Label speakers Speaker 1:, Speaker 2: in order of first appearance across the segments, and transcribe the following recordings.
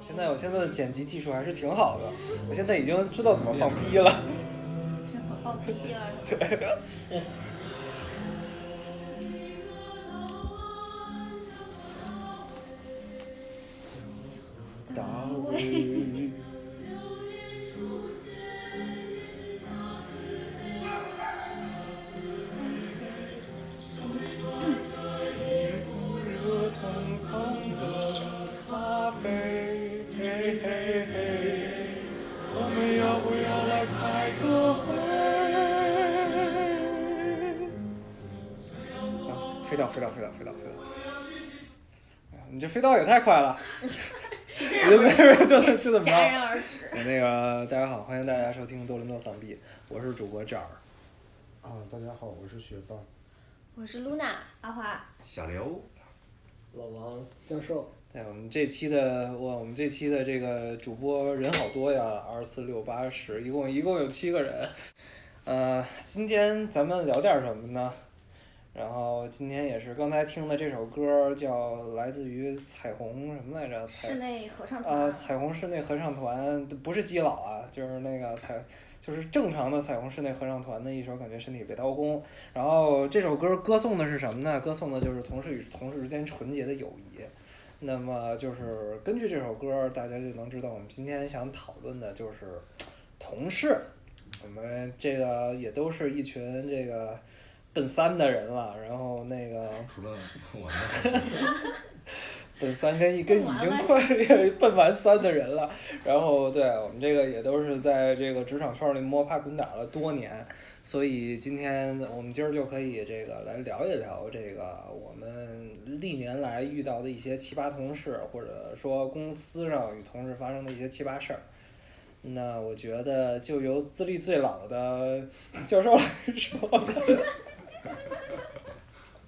Speaker 1: 现在我现在的剪辑技术还是挺好的，我现在已经知道怎么放逼了。
Speaker 2: 什么放屁 了什么？
Speaker 1: 对。大
Speaker 2: 啊
Speaker 1: 卫。同行的咖啡，嘿嘿嘿，我们要不要来开个会？啊，飞到飞到飞到飞到飞到！哎呀，你这飞到也太快 了！我就没有，就就这么着。
Speaker 2: 戛然而止
Speaker 1: 我那个大家好，欢迎大家收听多伦多丧币，我是主播这儿。
Speaker 3: 啊，大家好，我是学霸。
Speaker 2: 我是露娜，阿华。
Speaker 4: 小刘，
Speaker 5: 老王教授，
Speaker 1: 对，哎我们这期的哇，我们这期的这个主播人好多呀，二四六八十，一共一共有七个人。呃，今天咱们聊点儿什么呢？然后今天也是刚才听的这首歌儿叫来自于彩虹什么来着？彩
Speaker 2: 室内合唱
Speaker 1: 啊、
Speaker 2: 团
Speaker 1: 彩虹室内合唱团不是基佬啊，就是那个彩，就是正常的彩虹室内合唱团的一首，感觉身体被掏空。然后这首歌歌颂的是什么呢？歌颂的就是同事与同事之间纯洁的友谊。那么就是根据这首歌，大家就能知道我们今天想讨论的就是同事。我们这个也都是一群这个奔三的人了，然后那个
Speaker 4: 除了我 们，
Speaker 1: 奔三跟一跟已经快奔完三的人了，然后对我们这个也都是在这个职场圈里摸爬滚打了多年，所以今天我们今儿就可以这个来聊一聊这个我们历年来遇到的一些奇葩同事，或者说公司上与同事发生的一些奇葩事儿。那我觉得就由资历最老的教授来说。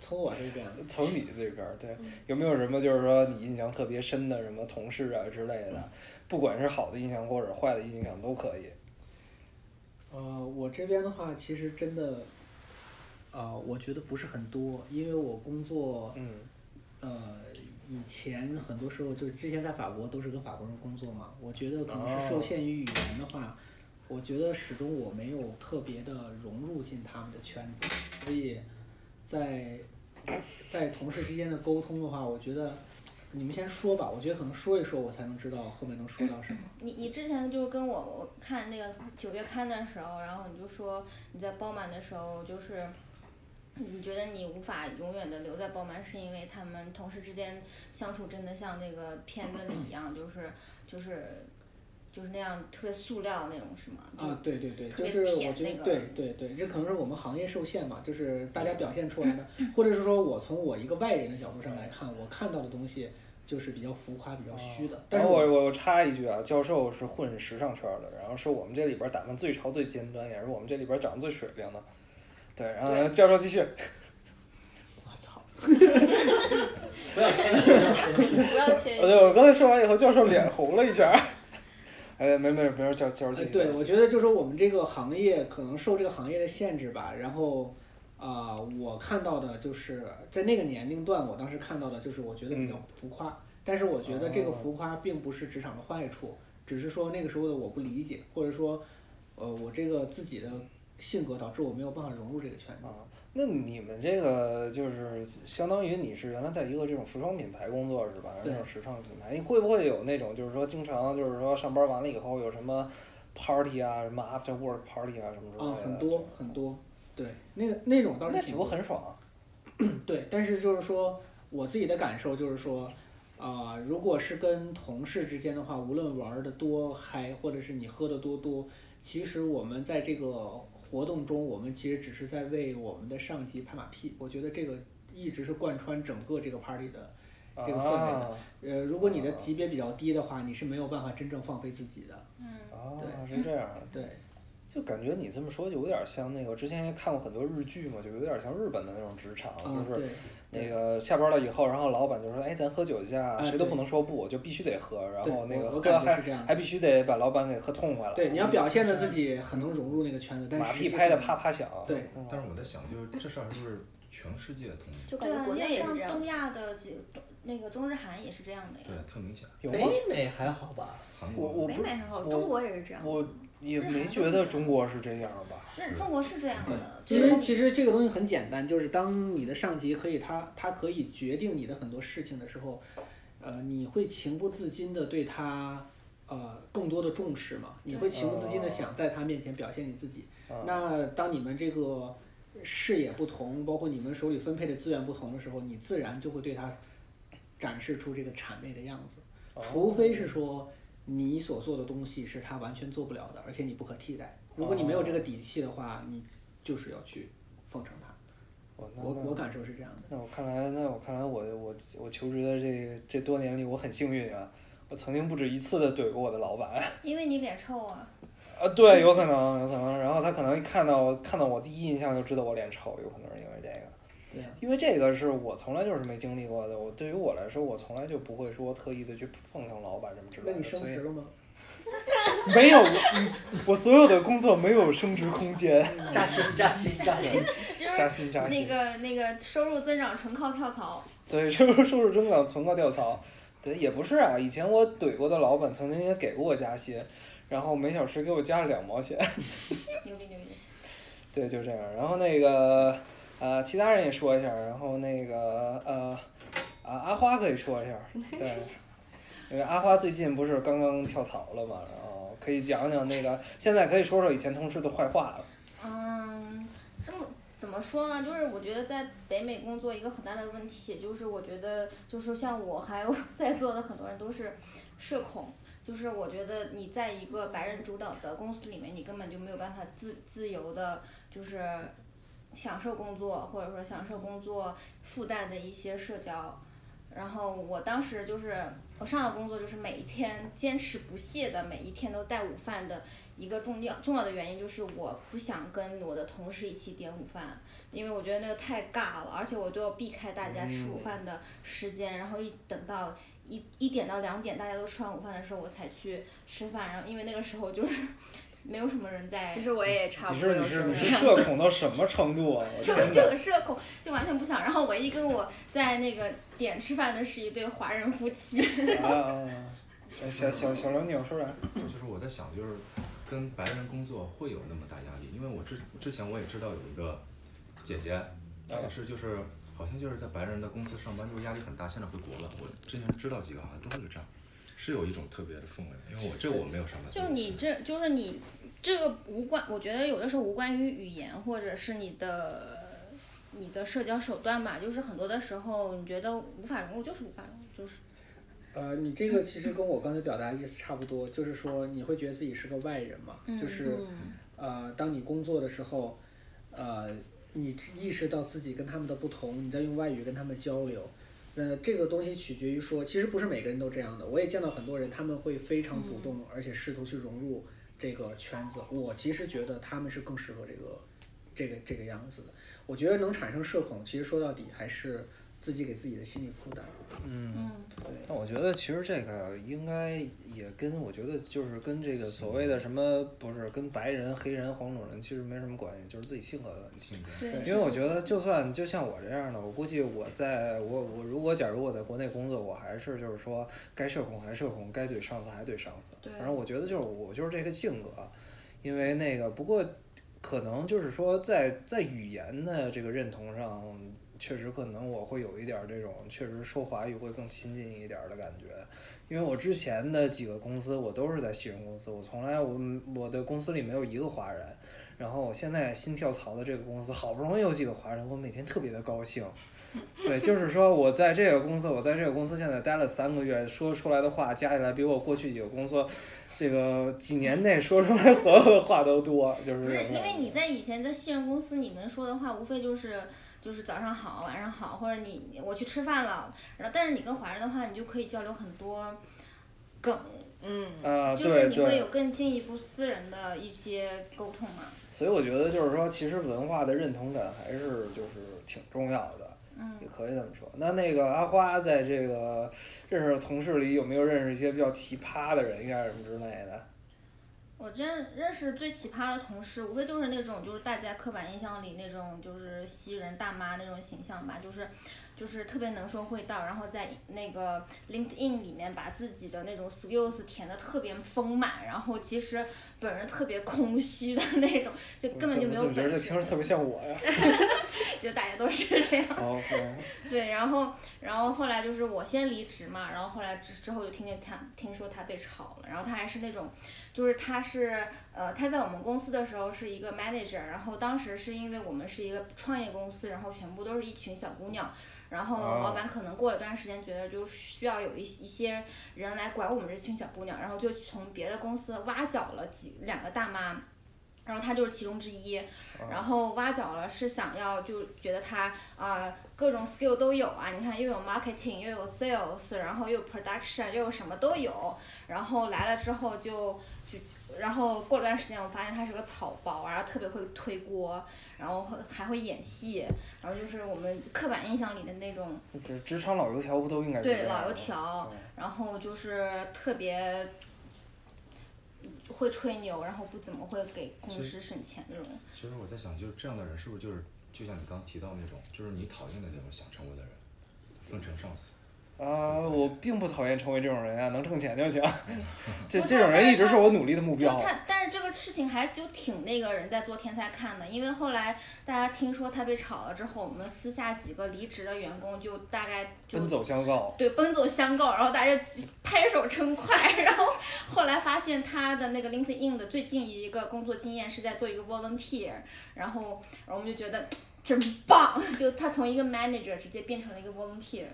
Speaker 5: 从我这边，
Speaker 1: 从你这边儿，对，有没有什么就是说你印象特别深的什么同事啊之类的，不管是好的印象或者坏的印象都可以。
Speaker 5: 呃，我这边的话，其实真的，呃，我觉得不是很多，因为我工作，
Speaker 1: 嗯，
Speaker 5: 呃，以前很多时候就是之前在法国都是跟法国人工作嘛，我觉得可能是
Speaker 1: 哦
Speaker 5: 受限于语言的话，我觉得始终我没有特别的融入进他们的圈子，所以在在同事之间的沟通的话，我觉得你们先说吧，我觉得可能说一说，我才能知道后面能说到什么。
Speaker 2: 你你之前就是跟我我看那个九月刊的时候，然后你就说你在包满的时候就是。你觉得你无法永远的留在包满，是因为他们同事之间相处真的像那个片子里一样，就是就是就是那样特别塑料那种，是吗？就
Speaker 5: 啊，对对对，
Speaker 2: 特
Speaker 5: 就
Speaker 2: 别
Speaker 5: 是我
Speaker 2: 舔
Speaker 5: 觉
Speaker 2: 那
Speaker 5: 得
Speaker 2: 个
Speaker 5: 对对对，这可能是我们行业受限吧，就是大家表现出来的，
Speaker 2: 嗯
Speaker 5: 或者是说我从我一个外人的角度上来看，我看到的东西就是比较浮夸、比较虚的。但
Speaker 1: 然
Speaker 5: 是
Speaker 1: 后我我插一句啊，教授是混时尚圈儿的，然后是我们这里边儿打扮最潮最尖端，也是我们这里边儿长得最水灵的。对，然后教授继续。
Speaker 5: 我操，
Speaker 4: 不要谦虚，
Speaker 2: 不要谦
Speaker 1: 呃，对，我刚才说完以后，教授脸红了一下儿。 哎，没没事，没事，教教授继
Speaker 5: 呃
Speaker 1: 续。
Speaker 5: 对，我觉得就是说我们这个行业可能受这个行业的限制吧，然后。啊、我看到的就是在那个年龄段，我当时看到的就是我觉得比较
Speaker 1: 嗯
Speaker 5: 浮夸，但是我觉得这个
Speaker 1: 哦
Speaker 5: 浮夸并不是职场的坏处，只是说那个时候的我不理解，或者说，呃，我这个自己的性格导致我没有办法融入这个圈子。
Speaker 1: 啊，那你们这个就是相当于你是原来在一个这种服装品牌工作是吧？这
Speaker 5: 对
Speaker 1: 种时尚品牌，你会不会有那种就是说经常就是说上班完了以后有什么 party 啊，什么 after work party 啊什么之类的？
Speaker 5: 啊，很多很多，对，那个那种倒
Speaker 1: 那
Speaker 5: 是
Speaker 1: 岂
Speaker 5: 挺
Speaker 1: 不
Speaker 5: 多
Speaker 1: 很爽啊？
Speaker 5: 对，但是就是说我自己的感受就是说，啊、如果是跟同事之间的话，无论玩的多嗨，或者是你喝的多多，其实我们在这个活动中，我们其实只是在为我们的上级拍马屁。我觉得这个一直是贯穿整个这个 party 的。这个氛围的
Speaker 1: 啊，
Speaker 5: 呃，如果你的级别比较低的话，你是没有办法真正放飞自己的。
Speaker 2: 嗯，
Speaker 1: 啊，
Speaker 5: 对
Speaker 1: 是这样的。
Speaker 5: 对，
Speaker 1: 就感觉你这么说就有点像那个，之前也看过很多日剧嘛，就有点像日本的那种职场，
Speaker 5: 啊
Speaker 1: 就是
Speaker 5: 对
Speaker 1: 那个下班了以后，然后老板就说，哎，咱喝酒去啊，
Speaker 5: 啊
Speaker 1: 谁都
Speaker 5: 对
Speaker 1: 不能说不，就必须得喝，然
Speaker 5: 对
Speaker 1: 后那
Speaker 5: 我
Speaker 1: 个
Speaker 5: 我
Speaker 1: 喝
Speaker 5: 感觉
Speaker 1: 还
Speaker 5: 是这样的
Speaker 1: 还必须得把老板给喝痛快了。嗯
Speaker 5: 对，你要表现的自己很能融入那个圈子，但
Speaker 1: 马
Speaker 5: 实
Speaker 1: 屁
Speaker 5: 际
Speaker 1: 拍的
Speaker 5: 上
Speaker 1: 啪啪响嗯
Speaker 5: 对，
Speaker 4: 但是我在想，就是这事儿是不是全世界
Speaker 2: 对
Speaker 4: 通用，
Speaker 6: 感觉
Speaker 2: 啊，
Speaker 6: 国
Speaker 2: 你
Speaker 6: 内也是
Speaker 2: 像
Speaker 6: 这样
Speaker 2: 东
Speaker 6: 子
Speaker 2: 亚的几东那个中日韩也是这样的呀。
Speaker 4: 对，特明显。
Speaker 1: 有吗？
Speaker 6: 北美还好吧？
Speaker 4: 韩
Speaker 1: 我
Speaker 4: 国
Speaker 1: 我
Speaker 2: 北
Speaker 1: 不
Speaker 2: 美还好
Speaker 1: 我
Speaker 2: 中国也是这样
Speaker 1: 我也
Speaker 2: 日
Speaker 1: 没
Speaker 2: 韩
Speaker 1: 觉
Speaker 2: 都是
Speaker 1: 得
Speaker 2: 这
Speaker 1: 中
Speaker 2: 样
Speaker 1: 国是这样吧。
Speaker 2: 是中国是这样的，就
Speaker 5: 因
Speaker 2: 是
Speaker 5: 为其实这个东西很简单，就是当你的上级可以他他可以决定你的很多事情的时候，呃，你会情不自禁的对他呃更多的重视嘛，你会情不自禁的想在他面前表现你自己。
Speaker 1: 啊
Speaker 5: 那当你们这个视野不同，包括你们手里分配的资源不同的时候，你自然就会对他展示出这个谄媚的样子，除非是说你所做的东西是他完全做不了的，而且你不可替代。如果你没有这个底气的话，你就是要去奉承他。
Speaker 1: 哦那
Speaker 5: 我
Speaker 1: 那
Speaker 5: 我感受是这样的。
Speaker 1: 那我看来，那我看来我，我我求职的这这多年里，我很幸运啊！我曾经不止一次的怼过我的老板。
Speaker 2: 因为你脸臭 啊。
Speaker 1: 啊，对，有可能，有可能。然后他可能一看到看到我第一印象就知道我脸丑，有可能是因为这个。
Speaker 5: 对啊
Speaker 1: 因为这个是我从来就是没经历过的。我对于我来说，我从来就不会说特意的去奉承老板什么之类
Speaker 5: 那
Speaker 1: 的。
Speaker 5: 你升
Speaker 1: 所以
Speaker 5: 职了吗？
Speaker 1: 没有，我我所有的工作没有升职空间。
Speaker 6: 扎
Speaker 5: 嗯
Speaker 6: 心扎心扎心。
Speaker 2: 就是
Speaker 1: 扎心扎
Speaker 2: 那
Speaker 1: 心
Speaker 2: 个那个收入增长纯靠跳槽，
Speaker 1: 对，收入收入增长存高跳槽，对，也不是啊。以前我怼过的老板曾经也给过我加薪，然后每小时给我加了两毛钱。
Speaker 2: 牛逼牛逼！
Speaker 1: 对，就这样。然后那个呃，其他人也说一下，然后那个呃啊阿花可以说一 下，对，因为阿花最近不是刚刚跳槽了嘛，然后可以讲讲那个现在可以说说以前同事的坏话了。
Speaker 2: 嗯，这么怎么说呢？就是我觉得在北美工作一个很大的问题，就是我觉得就是像我还有 在座的很多人都是社恐，就是我觉得你在一个白人主导的公司里面，你根本就没有办法自自由的，就是享受工作，或者说享受工作附带的一些社交。然后我当时就是我上了工作，就是每一天坚持不懈的每一天都带午饭的一个重要重要的原因就是我不想跟我的同事一起点午饭，因为我觉得那个太尬了，而且我都要避开大家吃午饭的时间，然后一等到一一点到两点大家都吃完午饭的时候我才去吃饭，然后因为那个时候就是 没有什么人在。
Speaker 6: 其实我也差
Speaker 1: 你
Speaker 6: 不
Speaker 1: 是
Speaker 6: 多有
Speaker 1: 你
Speaker 6: 这
Speaker 1: 是
Speaker 6: 种
Speaker 1: 你是
Speaker 6: 样
Speaker 1: 社
Speaker 6: 子
Speaker 1: 恐到什么程度啊？我
Speaker 2: 就
Speaker 1: 天
Speaker 2: 就
Speaker 1: 哪
Speaker 2: 很社恐，就完全不想。然后唯一跟我在那个点吃饭的是一对华人夫妻。
Speaker 1: 啊啊啊！啊小小小刘，你有说啥？
Speaker 4: 就是我在想，就是跟白人工作会有那么大压力，因为我之之前我也知道有一个姐姐，她也是就是好像就是在白人的公司上班，就是压力很大，现在回国了。我之前知道几个好像都是这样，是有一种特别的氛围，因为我这我没有上班过。
Speaker 2: 就你这就是你这个无关，我觉得有的时候无关于语言或者是你的你的社交手段吧，就是很多的时候你觉得无法融入就是无法融入，就是
Speaker 5: 呃，你这个其实跟我刚才表达意思差不多，就是说你会觉得自己是个外人嘛，就是呃，当你工作的时候，呃，你意识到自己跟他们的不同，你在用外语跟他们交流。那这个东西取决于说，其实不是每个人都这样的。我也见到很多人，他们会非常主动，而且试图去融入这个圈子。我其实觉得他们是更适合这个这个这个样子的。我觉得能产生社恐，其实说到底还是自己给自己的心理负担。
Speaker 1: 嗯，但我觉得其实这个应该也跟我觉得就是跟这个所谓的什么不是跟白人、黑人、黄种人其实没什么关系，就是自己性格的问题。因为我觉得就算就像我这样的，我估计我在我我如果假如我在国内工作，我还是就是说该社恐还社恐，该怼上司还怼上司。
Speaker 2: 对
Speaker 1: 反正我觉得就是我就是这个性格，因为那个不过可能就是说在在语言的这个认同上，确实可能我会有一点儿这种，确实说法语会更亲近一点儿的感觉。因为我之前的几个公司，我都是在西人公司，我从来我们我的公司里没有一个华人。然后我现在新跳槽的这个公司，好不容易有几个华人，我每天特别的高兴。对，就是说我在这个公司，我在这个公司现在待了三个月，说出来的话加起来比我过去几个公司这个几年内说出来所有的话都多，就是
Speaker 2: 不
Speaker 1: 这
Speaker 2: 是
Speaker 1: 种
Speaker 2: 因为
Speaker 1: 感
Speaker 2: 你
Speaker 1: 觉
Speaker 2: 在以前在信任公司，你能说的话无非就是就是早上好，晚上好，或者你我去吃饭了，然后但是你跟华人的话，你就可以交流很多梗，
Speaker 6: 嗯
Speaker 1: 啊，
Speaker 2: 就
Speaker 1: 对
Speaker 2: 是你会
Speaker 1: 对
Speaker 2: 有。更进一步私人的一些沟通嘛。
Speaker 1: 所以我觉得就是说，其实文化的认同感还是就是挺重要的，
Speaker 2: 嗯
Speaker 1: 也可以这么说。那那个阿花在这个认识的同事里，有没有认识一些比较奇葩的人呀什么之类的？
Speaker 2: 我真认识最奇葩的同事，无非就是那种就是大家刻板印象里那种就是西人大妈那种形象吧，就是就是特别能说会道，然后在那个 LinkedIn 里面把自己的那种 skills 填的特别丰满，然后其实本人特别空虚的那种，就根本就没有
Speaker 1: 嗯我怎么
Speaker 2: 本
Speaker 1: 觉得
Speaker 2: 事。
Speaker 1: 这听着特别像我 呀。
Speaker 2: 就大家都是这样。
Speaker 1: 哦对
Speaker 2: 对，然后然后后来就是我先离职嘛，然后后来之之后就听见他听说他被炒了，然后他还是那种，就是他是呃他在我们公司的时候是一个 manager，然后当时是因为我们是一个创业公司，然后全部都是一群小姑娘。然后
Speaker 1: 哦
Speaker 2: 老板可能过了段时间觉得就需要有一一些人来管我们这群小姑娘，然后就从别的公司挖角了几两个大妈，然后他就是其中之一，然后挖角了是想要就觉得他啊、呃各种 skill 都有啊，你看又有 marketing 又有 sales，然后又有 production 又有什么都有，然后来了之后就就然后过了段时间我发现他是个草包，然后特别会推锅，然后会还会演戏，然后就是我们刻板印象里的那种
Speaker 1: 这职场老油条不都应该是
Speaker 2: 对
Speaker 1: 这样
Speaker 2: 老油
Speaker 1: 吗
Speaker 2: 条，然后就是特别会吹牛，然后不怎么会给公
Speaker 4: 其
Speaker 2: 司
Speaker 4: 实
Speaker 2: 省钱这种。
Speaker 4: 其实我在想，就是这样的人是不是就是就像你刚提到那种，就是你讨厌的那种想成为的人，奉承上司。
Speaker 1: 啊，我并不讨厌成为这种人啊，能挣钱就行。这
Speaker 2: 不
Speaker 1: 这
Speaker 2: 但
Speaker 1: 种
Speaker 2: 但
Speaker 1: 人一直
Speaker 2: 他
Speaker 1: 是我努力的目
Speaker 2: 就
Speaker 1: 标。
Speaker 2: 他但是这个事情还就挺那个人在做天才看的，因为后来大家听说他被炒了之后，我们私下几个离职的员工就大概就
Speaker 1: 奔走相告
Speaker 2: 对，奔走相告，然后大家就拍手称快，然后后来发现他的那个 LinkedIn 的最近一个工作经验是在做一个 volunteer，然后然后我们就觉得嗯真棒，就他从一个 manager 直接变成了一个 volunteer。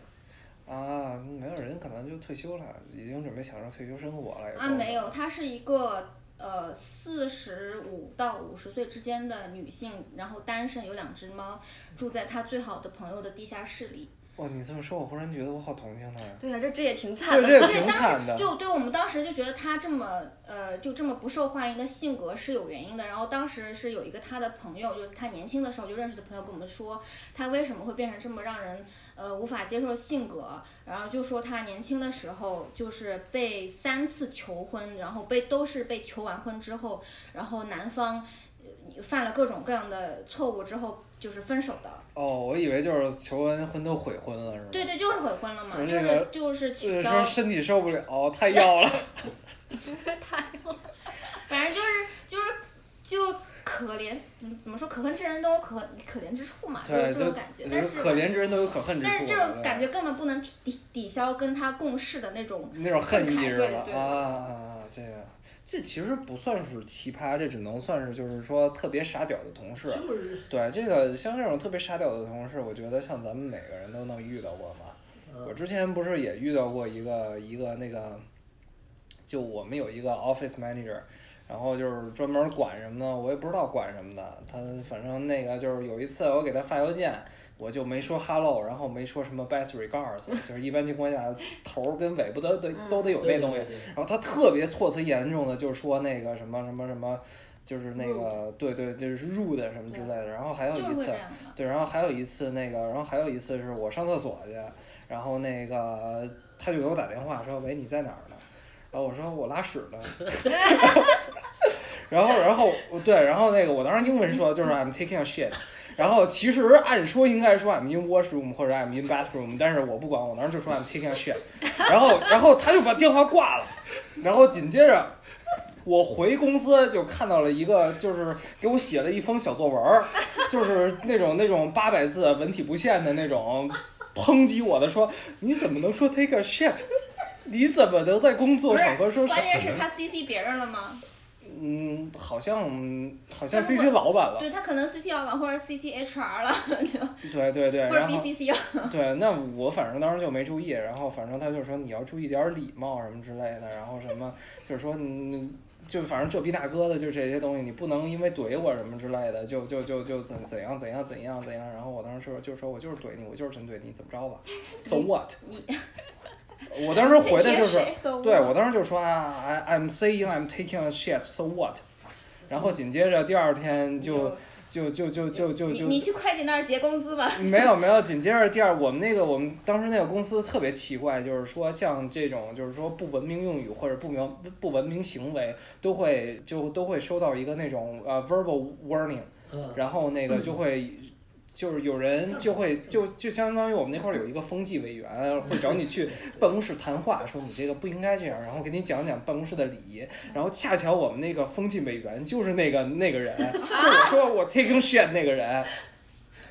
Speaker 1: 啊，没有人可能就退休了，已经准备享受退休生活了。也
Speaker 2: 啊，
Speaker 1: 说不
Speaker 2: 没有，
Speaker 1: 定
Speaker 2: 她是一个呃四十五到五十岁之间的女性，然后单身，有两只猫，住在她最好的朋友的地下室里。
Speaker 1: 哇，你这么说，我忽然觉得我好同情他呀。
Speaker 7: 对啊，这这也挺惨
Speaker 1: 对，
Speaker 7: 的。
Speaker 1: 这也
Speaker 2: 对，
Speaker 1: 挺
Speaker 2: 当
Speaker 1: 惨
Speaker 2: 时
Speaker 1: 的。
Speaker 2: 就对我们当时就觉得她这么呃就这么不受欢迎的性格是有原因的。然后当时是有一个她的朋友，就是她年轻的时候就认识的朋友跟我们说，她为什么会变成这么让人呃无法接受的性格，然后就说她年轻的时候就是被三次求婚，然后被都是被求完婚之后，然后男方呃犯了各种各样的错误之后就是分手的。
Speaker 1: 哦，我以为就是求完婚都悔婚了是吗？
Speaker 2: 对对，就是悔婚了嘛，
Speaker 1: 嗯
Speaker 2: 就
Speaker 1: 那
Speaker 2: 是
Speaker 1: 个
Speaker 2: 就是取
Speaker 1: 呃
Speaker 2: 消
Speaker 1: 说身体受不了，太要 了。
Speaker 7: 太了。
Speaker 2: 反正就是就是就可怜，怎么怎么说，可恨之人都有可可怜之处嘛，就是
Speaker 1: 对，
Speaker 2: 这
Speaker 1: 就
Speaker 2: 种感觉
Speaker 1: 就。
Speaker 2: 但
Speaker 1: 是
Speaker 2: 是
Speaker 1: 可怜之人都有可恨之
Speaker 2: 但是
Speaker 1: 处
Speaker 2: 这
Speaker 1: 嘛
Speaker 2: 种
Speaker 1: 对
Speaker 2: 感觉根本不能抵抵抵消跟他共事的那种
Speaker 1: 那种恨意
Speaker 2: 慨
Speaker 1: 是
Speaker 2: 对
Speaker 1: 吧？
Speaker 2: 对
Speaker 1: 啊啊啊！这个，这其实不算是奇葩，这只能算是就是说特别傻屌的同事。
Speaker 6: 就是
Speaker 1: 对这个，像这种特别傻屌的同事，我觉得像咱们每个人都能遇到过嘛。我之前不是也遇到过一个一个那个，就我们有一个 office manager，然后就是专门管什么呢？我也不知道管什么的。他反正那个就是有一次我给他发邮件，我就没说 hello，然后没说什么 best regards，就是一般情况下头儿跟尾巴都得
Speaker 2: 嗯
Speaker 1: 都得有那东西。然后他特别措辞严重的就说那个什么什么什么。就是那个，对对，就是 rude 什么之类的，然后还有
Speaker 2: 就是
Speaker 1: 一
Speaker 2: 会
Speaker 1: 次
Speaker 2: 这样的，
Speaker 1: 对，然后还有一次那个，然后还有一次是我上厕所去，然后那个他就给我打电话说：“喂，你在哪儿呢？”然后我说：“我拉屎呢。”然后，然后对，然后那个我当时英文说就是 I'm taking a shit，然后其实按说应该说 I'm in washroom 或者 I'm in bathroom，但是我不管，我当时就说 I'm taking a shit，然后，然后他就把电话挂了，然后紧接着。我回公司就看到了一个，就是给我写了一封小作文 儿，就是那种那种八百字文体不限的那 种，抨击我的说你怎么能说 take a shit，你怎么能在工作
Speaker 2: 不是
Speaker 1: 场合说什么呢？
Speaker 2: 关键是他 CC 别人了吗？
Speaker 1: 嗯，好像好像
Speaker 2: 他如
Speaker 1: CC
Speaker 2: 果
Speaker 1: 老板了。
Speaker 2: 对他可能 CC 老板或者 CC HR 了，就
Speaker 1: 对对对，
Speaker 2: 或者
Speaker 1: 然后
Speaker 2: BCC 了。
Speaker 1: 对，那我反正当时就没注意，然后反正他就说你要注意点儿礼貌什么之类的，然后什么就是说你就反正这逼那哥的就这些东西，你不能因为怼我什么之类的，就就就就怎怎样怎样怎样怎样，然后我当时就说我就是怼你，我就是真怼你，怎么 着吧？So what？我当时回的就是
Speaker 2: Take a shit, so，
Speaker 1: 对
Speaker 2: what？
Speaker 1: 我当时就说啊，I I'm saying I'm taking a shit，so what？然后紧接着第二天就
Speaker 2: 又
Speaker 1: 就就就就就
Speaker 2: 你
Speaker 1: 就嗯
Speaker 2: 你去会计那儿结工资吧。
Speaker 1: 没有没有，紧接着第二，我们那个我们当时那个公司特别奇怪，就是说像这种就是说不文明用语或者不明不文明行为，都会就都会收到一个那种呃 verbal warning，
Speaker 6: 嗯
Speaker 1: 然后那个就会。就是有人就会就就相当于我们那块儿有一个风纪委员会找你去办公室谈话，说你这个不应该这样，然后给你讲讲办公室的礼仪。然后恰巧我们那个风纪委员就是那个那个人，就是我说我 taking shit 那个人，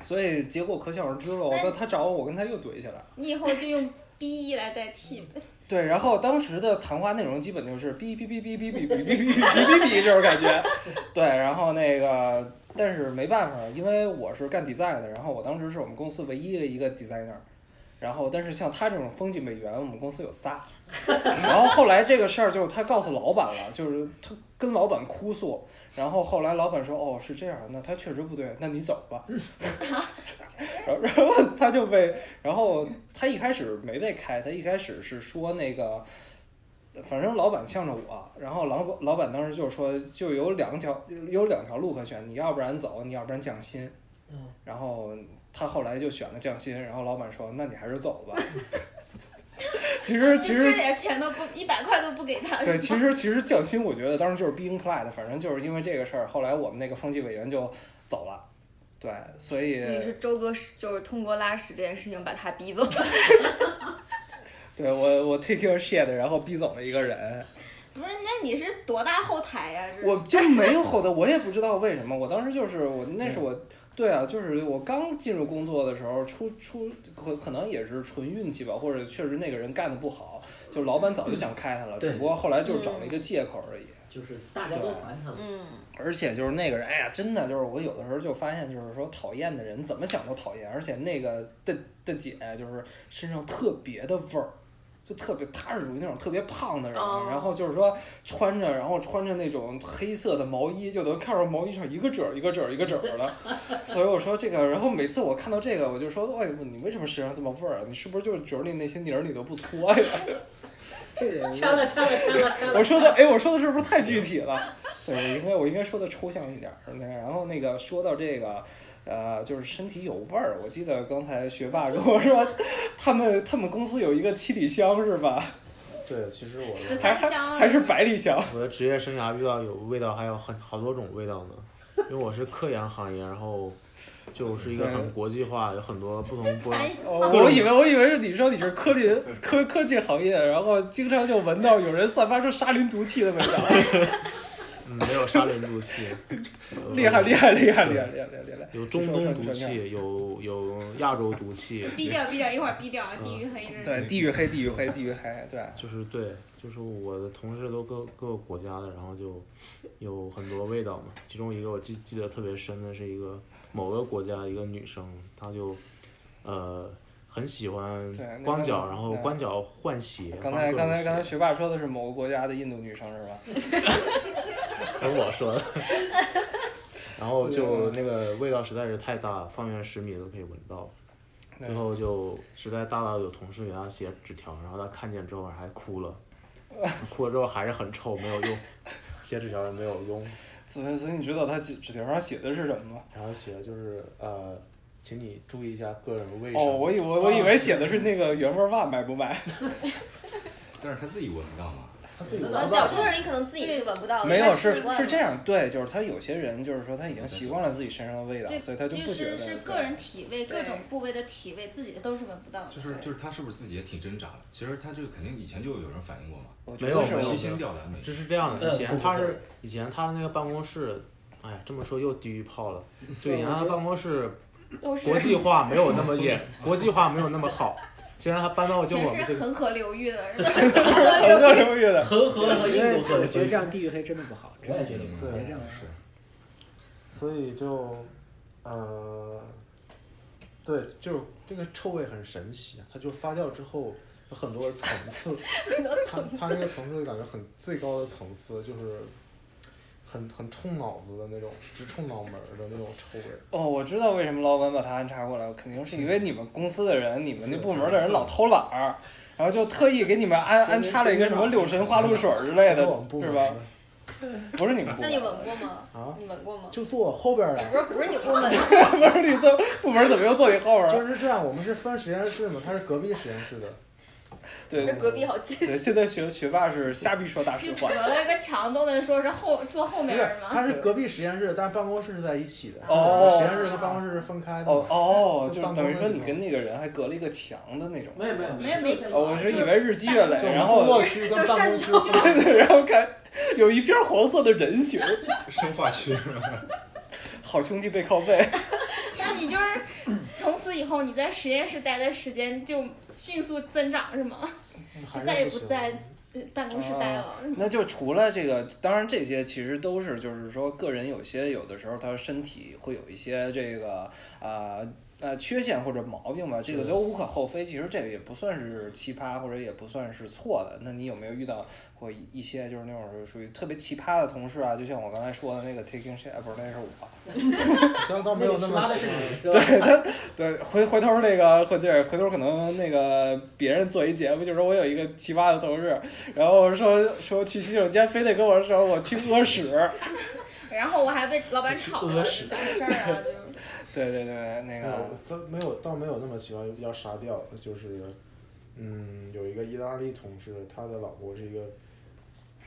Speaker 1: 所以结果可想而知了。那他找我，我跟他又怼起来。
Speaker 2: 你以后就用 B E 来代替
Speaker 1: 嗯
Speaker 2: 呗。
Speaker 1: 对，然后当时的谈话内容基本就是哔哔哔哔哔哔哔哔哔哔哔这种感觉。对，然后那个，但是没办法，因为我是干 design 的，然后我当时是我们公司唯一的一个 designer。然后，但是像他这种风纪委员，我们公司有仨。然后后来这个事儿就是他告诉老板了，就是他跟老板哭诉，然后后来老板说哦是这样，那他确实不对，那你走吧。然后 然后他就被，然后他一开始没被开，他一开始是说那个，反正老板向着我，然后老板老板当时就说就有两条有两条路可选，你要不然走，你要不然降薪。
Speaker 6: 嗯
Speaker 1: 然后他后来就选了降薪，然后老板说那你还是走吧。其实其实
Speaker 2: 这点钱都不一百块都不给他。
Speaker 1: 对，其实其实降薪，我觉得当时就是 being polite，反正就是因为这个事儿，后来我们那个风纪委员就走了。对，所以
Speaker 7: 你是周哥是就是通过拉屎这件事情把他逼走的。
Speaker 1: 对我我 take your shit，然后逼走了一个人。
Speaker 2: 不是，那你是多大后台呀、这是
Speaker 1: 我就没有后头，我也不知道为什么，我当时就是我那
Speaker 6: 嗯
Speaker 1: 是我。对啊，就是我刚进入工作的时候，出出可可能也是纯运气吧，或者确实那个人干的不好，就老板早就想开他了，只不
Speaker 6: 对
Speaker 1: 过后来就是找了一个借口而已。
Speaker 6: 就是大家都烦他了。
Speaker 7: 嗯，
Speaker 1: 而且就是那个人，哎呀，真的就是我有的时候就发现，就是说讨厌的人怎么想都讨厌，而且那个的的姐就是身上特别的味儿，就特别，她是属于那种特别胖的人，
Speaker 7: 哦
Speaker 1: 然后就是说穿着，然后穿着那种黑色的毛衣，就能看着毛衣上一个褶儿一个褶儿一个褶儿的，所以我说这个，然后每次我看到这个，我就说，哎，你为什么身上这么味儿啊？你是不是就是褶儿里那些泥儿你都不搓呀？
Speaker 5: 这 个
Speaker 6: 掐了掐了掐了掐了。
Speaker 1: 我说的，哎，我说的是不是太具体了？对，我应该我应该说的抽象一点儿。那然后那个说到这个，呃，就是身体有味儿。我记得刚才学霸跟我说，他们他们公司有一个七里香是吧？
Speaker 3: 对，其实我
Speaker 2: 十
Speaker 3: 的
Speaker 1: 还
Speaker 2: 三
Speaker 1: 还
Speaker 2: 香啊
Speaker 1: 还是百里香？
Speaker 8: 我的职业生涯遇到有味道，还有很好多种味道呢。因为我是科研行业，然后就是一个很国际化，有很多不同
Speaker 2: 翻译
Speaker 1: 哦
Speaker 8: 国。，
Speaker 1: 我以为我以为是你说你是科林科科技行业，然后经常就闻到有人散发出沙林毒气的味道，，
Speaker 8: 嗯没有沙林毒气
Speaker 1: 厉害厉害厉害厉害厉害厉害！
Speaker 8: 有中东毒气，有有亚洲毒气，
Speaker 2: 逼掉逼掉，一会儿逼掉，地
Speaker 1: 嗯
Speaker 2: 狱黑这是。
Speaker 1: 对，地狱黑地狱黑地狱黑，对。
Speaker 8: 就是对，就是我的同事都各各个国家的，然后就有很多味道嘛。其中一个我记记得特别深的是一个某个国家一个女生，她就呃很喜欢
Speaker 1: 对那
Speaker 8: 光
Speaker 1: 个
Speaker 8: 脚，然后
Speaker 1: 对
Speaker 8: 光脚换鞋，
Speaker 1: 刚
Speaker 8: 换
Speaker 1: 才
Speaker 8: 各
Speaker 1: 刚
Speaker 8: 种
Speaker 1: 才刚才
Speaker 8: 鞋
Speaker 1: 学霸说的是某个国家的印度女生是吧？
Speaker 8: 不是我 说的。然后就
Speaker 1: 啊
Speaker 8: 那个味道实在是太大，方圆十米都可以闻到。最后就实在大到有同事给他写纸条，然后他看见之后还哭 了，哭了之后还是很臭，没有用，写纸条也没有用。
Speaker 1: 所以所以你知道他纸纸条上写的是什么吗？
Speaker 8: 然后写的就是呃，请你注意一下个人卫生。
Speaker 1: 哦，我以为我以为写的是那个原味儿袜买不 买？
Speaker 4: 但是他自己闻不到嘛。
Speaker 7: 啊小时候你可能自己是闻不到的，
Speaker 1: 没
Speaker 7: 因为
Speaker 1: 有
Speaker 7: 他
Speaker 1: 是
Speaker 7: 习惯
Speaker 1: 是
Speaker 7: 了
Speaker 1: 这样，对，就是他有些人就是说他已经习惯了自己身上的味道，
Speaker 2: 对，
Speaker 1: 所以他就不觉
Speaker 2: 是
Speaker 1: 得。
Speaker 2: 是
Speaker 1: 对
Speaker 2: 个人 体味，各
Speaker 7: 对
Speaker 2: 种部位的体味，自己的都是闻不到的。
Speaker 4: 就是就是他是不是自己也挺挣扎的？其实他这个肯定以前就有人反映过嘛。
Speaker 1: 我觉
Speaker 8: 没
Speaker 1: 得
Speaker 8: 有
Speaker 1: 是
Speaker 8: 没有
Speaker 4: 七
Speaker 8: 没
Speaker 4: 星吊胆
Speaker 8: 有
Speaker 4: 美，
Speaker 8: 只是这样的。
Speaker 6: 嗯
Speaker 8: 以前
Speaker 6: 不
Speaker 8: 他
Speaker 6: 不
Speaker 8: 是以前他那个办公室，哎呀，这么说又地狱炮了。就以前他办公室
Speaker 2: 都是
Speaker 8: 国际化没有那么也国际化没有那么好。现在他搬到就我们
Speaker 2: 全
Speaker 8: 这
Speaker 2: 是
Speaker 8: 个
Speaker 2: 恒河流域的，
Speaker 1: 很多流域的。
Speaker 6: 恒河和印度河
Speaker 5: 我
Speaker 6: 的
Speaker 5: 觉得这样地域黑真的不好，真的觉得不好。
Speaker 4: 对
Speaker 5: 别这样
Speaker 4: 是。
Speaker 8: 所以就，呃，对，就是这个臭味很神奇，啊它就发酵之后有很多层次，它它这个层次感觉很最高的层次就是很很冲脑子的那种，直冲脑门儿的那种臭味。
Speaker 1: 哦，我知道为什么老板把他安插过来，肯定是因为你们公司的人，你们那部门的人老偷懒儿，然后就特意给你们安安插了一个什么六神花露水儿之类的
Speaker 8: 是我们，部
Speaker 1: 是
Speaker 8: 门
Speaker 1: 吧
Speaker 8: 的？
Speaker 1: 不是你们 部
Speaker 2: 那
Speaker 1: 门
Speaker 2: 你
Speaker 1: 的
Speaker 2: 闻过吗？
Speaker 8: 啊
Speaker 2: 你闻过吗？
Speaker 8: 就坐我后边儿啊。
Speaker 2: 不是不是你部 门的，
Speaker 1: 不是你坐部门怎么又坐你后边儿
Speaker 8: 就
Speaker 1: 了？
Speaker 8: 是这样，我们是分实验室嘛，他是隔壁实验室的。
Speaker 1: 对，
Speaker 7: 那隔壁好近
Speaker 1: 对，现在学学霸是瞎逼说大实话
Speaker 2: 隔。了一个墙都能说是后坐后
Speaker 8: 不
Speaker 2: 面
Speaker 8: 是
Speaker 2: 人，
Speaker 8: 他
Speaker 2: 吗？
Speaker 8: 是隔壁实验室，但是办公室是在一起的。
Speaker 1: 哦
Speaker 8: 实验室和办公室是分开的嘛。
Speaker 1: 哦哦，就
Speaker 8: 办
Speaker 1: 是
Speaker 8: 公
Speaker 1: 等于
Speaker 8: 的
Speaker 1: 说你
Speaker 8: 地
Speaker 1: 跟
Speaker 8: 方
Speaker 1: 那个人还隔了一个墙的那种。
Speaker 6: 没有没有
Speaker 2: 没有没有
Speaker 1: 哦，我是以为日积月累，
Speaker 8: 就
Speaker 1: 然
Speaker 8: 我们
Speaker 1: 后
Speaker 8: 工作区跟办公区
Speaker 7: 就
Speaker 8: 分 开
Speaker 1: 然后看有一片黄色的人形，
Speaker 4: 生化学。
Speaker 1: 好兄弟背靠背。
Speaker 2: 那你就是从此以后你在实验室待的时间就迅速增长是吗？就
Speaker 8: 还
Speaker 2: 是再也
Speaker 8: 不
Speaker 2: 不
Speaker 8: 行
Speaker 2: 在呃办公室待了。
Speaker 1: 哦那就除了这个，当然这些其实都是就是说个人有些有的时候他身体会有一些这个啊。呃，缺陷或者毛病吧，这个都无可厚非。其实这个也不算是奇葩，或者也不算是错的。那你有没有遇到过一些就是那种属于特别奇葩的同事啊？就像我刚才说的那个 taking shit，啊不是那是我，
Speaker 8: 虽然倒没有那么
Speaker 6: 那个奇葩的
Speaker 8: 奇
Speaker 6: 是你
Speaker 8: 葩
Speaker 1: 对他，对回回头那个回对回头可能那个别人做一节目，就说我有一个奇葩的同事，然后说说去洗手间，非得跟我说我去屙屎。
Speaker 2: 然后我还被老板炒了，怎么回事儿啊？就是。
Speaker 1: 对对对，那个
Speaker 8: 嗯，倒没有，倒没有那么奇怪，比较沙调，就是，嗯，有一个意大利同事，他的老婆是一个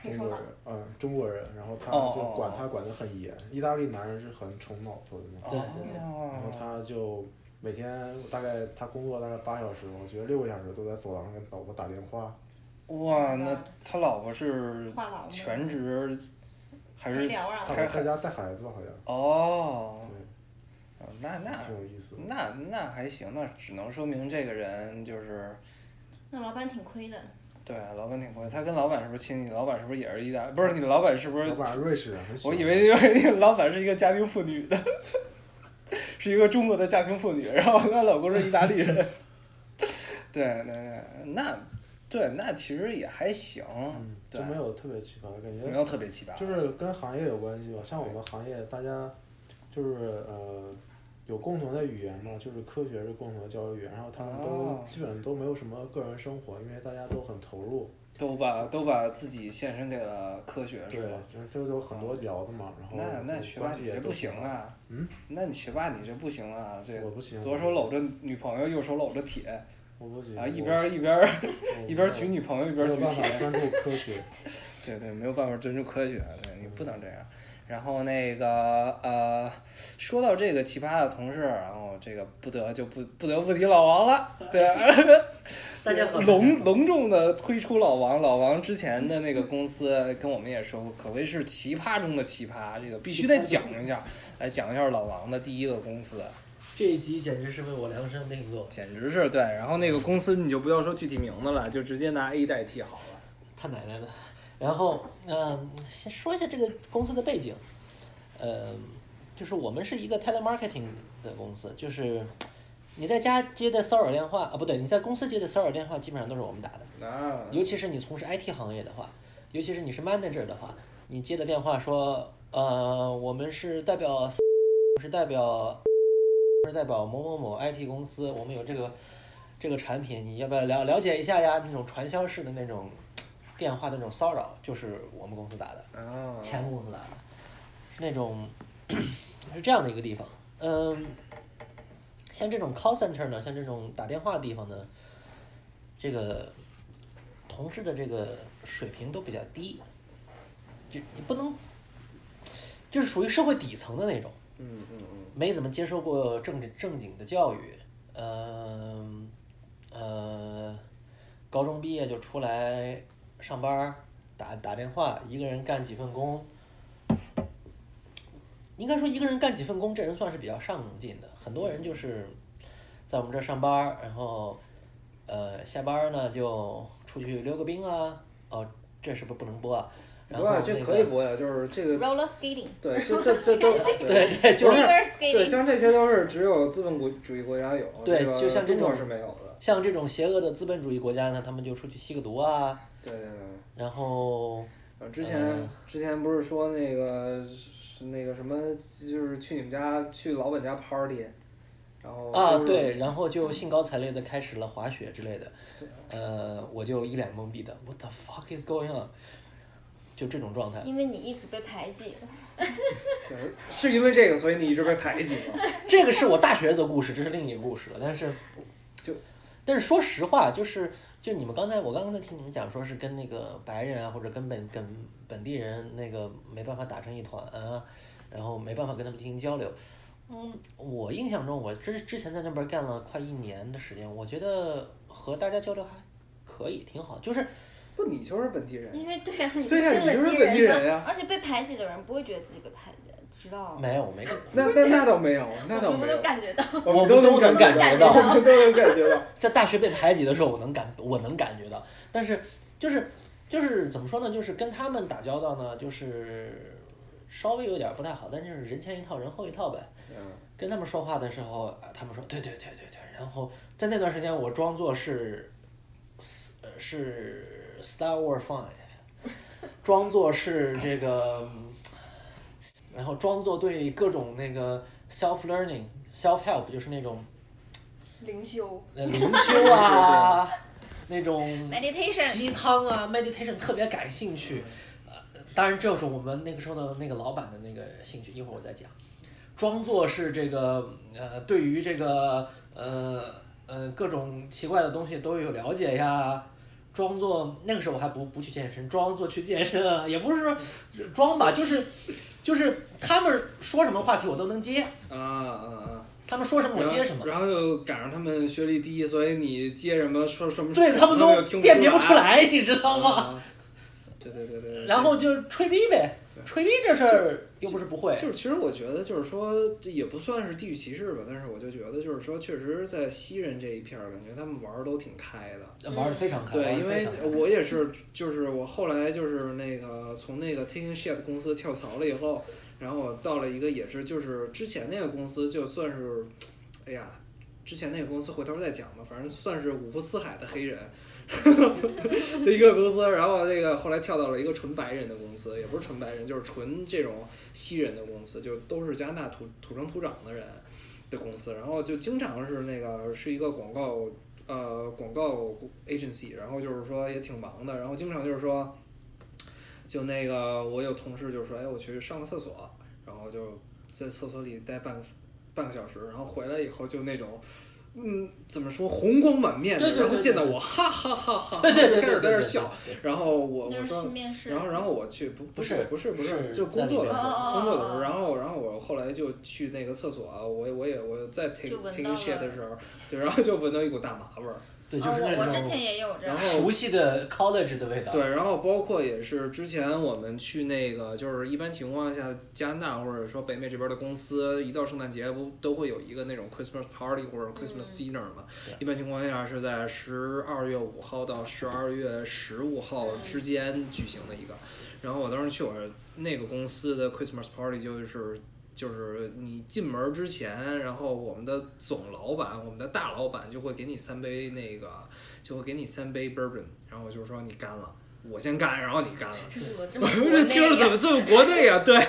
Speaker 2: 黑
Speaker 8: 中
Speaker 2: 手
Speaker 8: 国
Speaker 2: 党
Speaker 8: 人，嗯，中国人，然后他
Speaker 1: 哦
Speaker 8: 就
Speaker 1: 哦
Speaker 8: 管
Speaker 1: 哦
Speaker 8: 他管得很严，意大利男人是很宠老婆的嘛，
Speaker 1: 对对对
Speaker 8: 然后他就每天大概他工作大概八小时，我觉得六个小时都在走廊上跟老婆打电话，
Speaker 1: 哇，那他老婆是
Speaker 2: 话痨吗
Speaker 1: 全职还
Speaker 2: 没
Speaker 1: 是
Speaker 2: 聊啊
Speaker 8: 他
Speaker 1: 还
Speaker 8: 在家带孩子吧，好像，
Speaker 1: 哦。
Speaker 8: 对。
Speaker 1: 哦那那
Speaker 8: 挺有意思的
Speaker 1: 那那还行，那只能说明这个人就是
Speaker 2: 那老板挺亏的。
Speaker 1: 对，老板挺贵。他跟老板是不是亲戚？老板是不是也是意大？不是你老板是不是？
Speaker 8: 老板是瑞士人很喜
Speaker 1: 我
Speaker 8: 欢
Speaker 1: 以
Speaker 8: 他
Speaker 1: 为因为那个老板是一个家庭妇女的， 是一个中国的家庭妇女，然后她老公是意大利 人。对对对，那对那其实也还行，
Speaker 8: 嗯，
Speaker 1: 对
Speaker 8: 就没有特别奇葩的感觉，
Speaker 1: 没有特别奇葩
Speaker 8: 就是跟行业有关系吧。像我们行业，大家就是呃有共同的语言嘛，就是科学是共同的交流语言，然后他们
Speaker 1: 哦
Speaker 8: 都基本都没有什么个人生活，因为大家都很投入。
Speaker 1: 都把都把自己献身给了科学，
Speaker 8: 对
Speaker 1: 是吧？，哦
Speaker 8: 就就有很多聊的嘛，然后
Speaker 1: 那那
Speaker 8: 嗯
Speaker 1: 学霸
Speaker 8: 关系
Speaker 1: 你
Speaker 8: 也
Speaker 1: 这
Speaker 8: 都
Speaker 1: 不行
Speaker 8: 挺好
Speaker 1: 啊！
Speaker 8: 嗯，
Speaker 1: 那你学霸你这不行啊！这
Speaker 8: 我不行
Speaker 1: 左手搂着女朋友，右手搂着铁。
Speaker 8: 我不行
Speaker 1: 啊，一
Speaker 8: 我
Speaker 1: 边儿一边儿
Speaker 8: 我
Speaker 1: 一边儿
Speaker 8: 没
Speaker 1: 举
Speaker 8: 有
Speaker 1: 女朋友，一边儿
Speaker 8: 没
Speaker 1: 举
Speaker 8: 有办法
Speaker 1: 铁。
Speaker 8: 专注科学。
Speaker 1: 对对，没有办法追求科学，对你不能这样。然后那个呃，说到这个奇葩的同事，然后这个不得就不不得不提老王了，对，
Speaker 6: 大家 好
Speaker 1: 隆隆重的推出老王，老王之前的那个公司跟我们也说过，可谓是奇葩中的奇葩，这个必须得讲一下，来讲一下老王的第一个公司。
Speaker 6: 这一集简直是为我量身定做，
Speaker 1: 简直是对，然后那个公司你就不要说具体名字了，就直接拿 A 代替好了。
Speaker 6: 他奶奶的。然后，嗯、先说一下这个公司的背景，呃，就是我们是一个 telemarketing 的公司，就是你在家接的骚扰电话啊，不对，你在公司接的骚扰电话基本上都是我们打的，
Speaker 1: 啊
Speaker 6: 尤其是你从事 IT 行业的话，尤其是你是 manager 的话，你接的电话说，呃，我们是代表，是代表，是代表某某某 IT 公司，我们有这个这个产品，你要不要了了解一下呀？那种传销式的那种电话的那种骚扰，就是我们公司打的，
Speaker 1: 哦
Speaker 6: 前公司打的，是那种是这样的一个地方，嗯。像这种 call center 呢，像这种打电话的地方呢，这个同事的这个水平都比较低，就你不能，就是属于社会底层的那种，
Speaker 1: 嗯嗯嗯
Speaker 6: 没怎么接受过正正经的教育，嗯呃高中毕业就出来上班儿打打电话，一个人干几份工，应该说一个人干几份工，这人算是比较上进的。很多人就是在我们这儿上班儿，然后呃下班儿呢就出去溜个冰啊，哦这是不是不能播啊？然
Speaker 1: 不
Speaker 6: 后、
Speaker 1: 啊
Speaker 6: 那个、
Speaker 1: 这可以播呀，就是这个
Speaker 2: Roller skating
Speaker 1: 对，这这这 都
Speaker 6: 对对就是
Speaker 1: 不
Speaker 2: Roller skating
Speaker 1: 对，像这些都是只有资本国主义国家有，
Speaker 6: 对
Speaker 1: 这，个
Speaker 6: 就像这
Speaker 1: 中
Speaker 6: 种
Speaker 1: 国是没有的。
Speaker 6: 像这种邪恶的资本主义国家呢，他们就出去吸个毒啊，
Speaker 1: 对对对。
Speaker 6: 然后
Speaker 1: 呃，之前、
Speaker 6: 呃
Speaker 1: 之前不是说那个是那个什么，就是去你们家去老板家 party，然后
Speaker 6: 啊
Speaker 1: 都是嗯
Speaker 6: 对，然后就兴高采烈的开始了滑雪之类的，呃，我就一脸懵逼的，What the fuck is going on？就这种状态。
Speaker 2: 因为你一直被排挤。
Speaker 1: 对，是因为这个，所以你一直被排挤吗？
Speaker 6: 这个是我大学的故事，这是另一个故事了。但是，
Speaker 1: 就
Speaker 6: 但是说实话，就是就你们刚才，我刚才听你们讲，说是跟那个白人啊，或者跟本跟本地人那个没办法打成一团啊，然后没办法跟他们进行交流。嗯，我印象中，我之之前在那边干了快一年的时间，我觉得和大家交流还可以，挺好。就是
Speaker 1: 不，你就是本地人。
Speaker 2: 因为对啊呀、你
Speaker 1: 对呀、
Speaker 2: 是
Speaker 1: 你就是
Speaker 2: 本
Speaker 1: 本地人呀、
Speaker 2: 啊而且被排挤的人不会觉得自己被排挤，知道吗？
Speaker 6: 没有，没
Speaker 1: 那那那倒没有，那倒
Speaker 2: 我们
Speaker 1: 没
Speaker 2: 都
Speaker 1: 有。
Speaker 2: 感觉到
Speaker 1: 我
Speaker 6: 我
Speaker 1: 们
Speaker 6: 们都
Speaker 1: 能
Speaker 6: 能
Speaker 1: 感
Speaker 6: 感
Speaker 1: 到，
Speaker 6: 觉
Speaker 1: 我
Speaker 6: 到
Speaker 1: 们都能感觉 到。
Speaker 6: 在大学被排挤的时候，我能感我能感觉到，但是就是就是怎么说呢？就是跟他们打交道呢，就是稍微有点不太好，但是人前一套，人后一套呗。
Speaker 1: 嗯。
Speaker 6: 跟他们说话的时候，啊他们说对对对对对，然后在那段时间，我装作是，s- 呃是 Star War Fine，装作是这个。嗯然后装作对各种那个 self learning、self help，就是那种
Speaker 7: 灵修。
Speaker 6: 那呃灵 修啊，那种
Speaker 2: Meditation
Speaker 6: 鸡汤啊，meditation 特别感兴趣。呃，当然这是我们那个时候的那个老板的那个兴趣，一会儿我再讲。装作是这个呃，对于这个呃呃各种奇怪的东西都有了解呀。装作那个时候我还不不去健身，装作去健身啊，也不是说装吧，就是就是他们说什么话题我都能接，
Speaker 1: 啊啊啊！
Speaker 6: 他们说什么我接什么。
Speaker 1: 然后又赶上他们学历低，所以你接什么说什么，
Speaker 6: 对他们
Speaker 1: 都
Speaker 6: 都辨别不出来，你知道吗
Speaker 1: 啊？对对对对对
Speaker 6: 然后就吹逼呗，吹逼这事儿又不是不会。
Speaker 1: 就是其实我觉得就是说这也不算是地域歧视吧，但是我就觉得就是说确实在西人这一片儿，感觉他们玩儿都挺开的。
Speaker 6: 呃玩的非常开，
Speaker 1: 对，
Speaker 6: 玩得
Speaker 1: 因
Speaker 6: 非
Speaker 1: 为
Speaker 6: 常开
Speaker 1: 我也是，就是我后来就是那个从那个 Taking Shit 公司跳槽了以后，然后我到了一个也是就是之前那个公司就算是，哎呀，之前那个公司回头再讲吧，反正算是五湖四海的黑人。 的一个公司，然后那个后来跳到了一个纯白人的公司，也不是纯白人，就是纯这种西人的公司，就都是加拿大土土生土长的人的公司，然后就经常是那个是一个广告呃广告 agency，然后就是说也挺忙的，然后经常就是说，就那个我有同事就说，哎，我去上个厕所，然后就在厕所里待半个半个小时，然后回来以后就那种。嗯，怎么说红光满面的，
Speaker 6: 对对对
Speaker 1: 然后
Speaker 6: 对
Speaker 1: 见到
Speaker 6: 对
Speaker 1: 我，哈哈哈哈，
Speaker 6: 对对
Speaker 1: 就开
Speaker 6: 对
Speaker 1: 始
Speaker 6: 对对
Speaker 1: 在那
Speaker 6: 对
Speaker 1: 笑
Speaker 6: 对，
Speaker 1: 然后我
Speaker 2: 那
Speaker 1: 我
Speaker 2: 是
Speaker 1: 说
Speaker 2: 面，试
Speaker 1: 然后然后我去不
Speaker 6: 不
Speaker 1: 不
Speaker 6: 是
Speaker 1: 不是不
Speaker 6: 是
Speaker 1: 就
Speaker 6: 在
Speaker 1: 工作
Speaker 6: 里
Speaker 1: 的时
Speaker 2: 面
Speaker 1: 候，工作的时
Speaker 2: 哦
Speaker 1: 候，
Speaker 2: 哦哦
Speaker 1: 然后然后我后来就去那个厕所啊，我我也我在
Speaker 2: 就
Speaker 1: take
Speaker 2: 闻
Speaker 1: take
Speaker 2: 到
Speaker 1: shit 的
Speaker 2: 了
Speaker 1: 时候，对，然后就闻到一股大麻味儿，
Speaker 6: 对，就
Speaker 2: 哦
Speaker 6: 是
Speaker 2: 我
Speaker 6: 那
Speaker 2: 我
Speaker 6: 种
Speaker 2: 之前也有这样
Speaker 6: 熟悉的 college 的味道。
Speaker 1: 对，然后包括也是之前我们去那个，就是一般情况下，加拿大或者说北美这边的公司，一到圣诞节不都会有一个那种 Christmas party 或者 Christmas dinner 嘛？一般情况下是在十二月五号到十二月十五号之间举行的一个。然后我当时去我那个公司的 Christmas party 就是。就是你进门之前，然后我们的总老板，我们的大老板就会给你三杯那个，就会给你三杯 bourbon，然后就是说你干了，我先干，然后你干了。
Speaker 2: 这怎么这么国
Speaker 1: 这听着怎
Speaker 2: 内呀
Speaker 1: 么这么国内呀、对。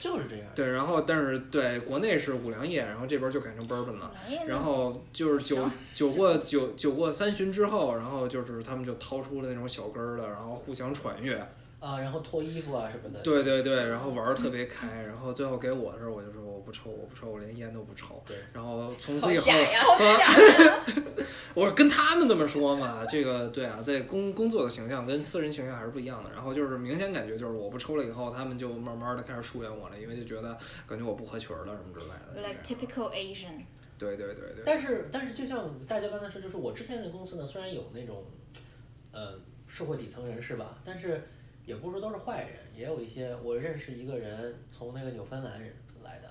Speaker 6: 就是这样。
Speaker 1: 对，然后但是对国内是五粮液，然后这边就改成 bourbon 了
Speaker 2: 五粮液呢。
Speaker 1: 然后就是酒酒过酒酒过三巡之后，然后就是他们就掏出了那种小根儿的，然后互相传阅。
Speaker 6: 啊，然后脱衣服啊什么的。
Speaker 1: 对对对，然后玩儿特别开，
Speaker 2: 嗯
Speaker 1: 然后最后给我的时候，我就说我不抽，我不抽，我连烟都不抽。
Speaker 6: 对
Speaker 1: 然后从此以后
Speaker 2: 好假啊呀，
Speaker 1: 从 我跟他们这么说嘛，这个对啊，在工工作的形象跟私人形象还是不一样的。然后就是明显感觉就是我不抽了以后，他们就慢慢的开始疏远我了，因为就觉得感觉我不合群儿了什么之类的。
Speaker 2: ，like typical Asian。
Speaker 1: 对对对对。
Speaker 6: 但是但是就像大家刚才说，就是我之前那个公司呢，虽然有那种，呃，社会底层人士吧，但是也不是说都是坏人，也有一些我认识一个人从那个纽芬兰人来的，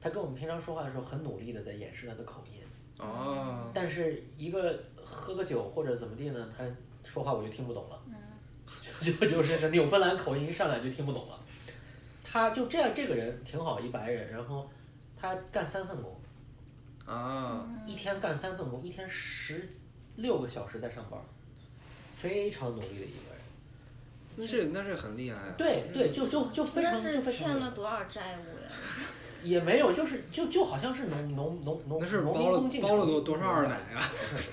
Speaker 6: 他跟我们平常说话的时候很努力的在掩饰他的口音，
Speaker 1: 哦。
Speaker 6: 但是一个喝个酒或者怎么地呢，他说话我就听不懂了，
Speaker 2: 嗯
Speaker 6: 就就是那个纽芬兰口音一上来就听不懂了。他就这样，这个人挺好，一白人，然后他干三份工，
Speaker 1: 啊。
Speaker 2: 嗯
Speaker 6: 一天干三份工，一天十六个小时在上班儿，非常努力的一个人。
Speaker 1: 那这那这很厉害啊。
Speaker 6: 对对，就就就非常
Speaker 2: 那
Speaker 6: 就非
Speaker 2: 是
Speaker 6: 常
Speaker 2: 欠
Speaker 6: 努
Speaker 2: 了
Speaker 6: 力
Speaker 2: 多少债务呀？
Speaker 6: 也没有，就是就就好像是农农农农
Speaker 1: 那是
Speaker 6: 农
Speaker 1: 包
Speaker 6: 民
Speaker 1: 了
Speaker 6: 工进
Speaker 1: 包了
Speaker 6: 城
Speaker 1: 多多
Speaker 6: 那
Speaker 1: 少
Speaker 6: 种
Speaker 1: 二
Speaker 6: 感
Speaker 1: 奶
Speaker 6: 觉
Speaker 1: 啊？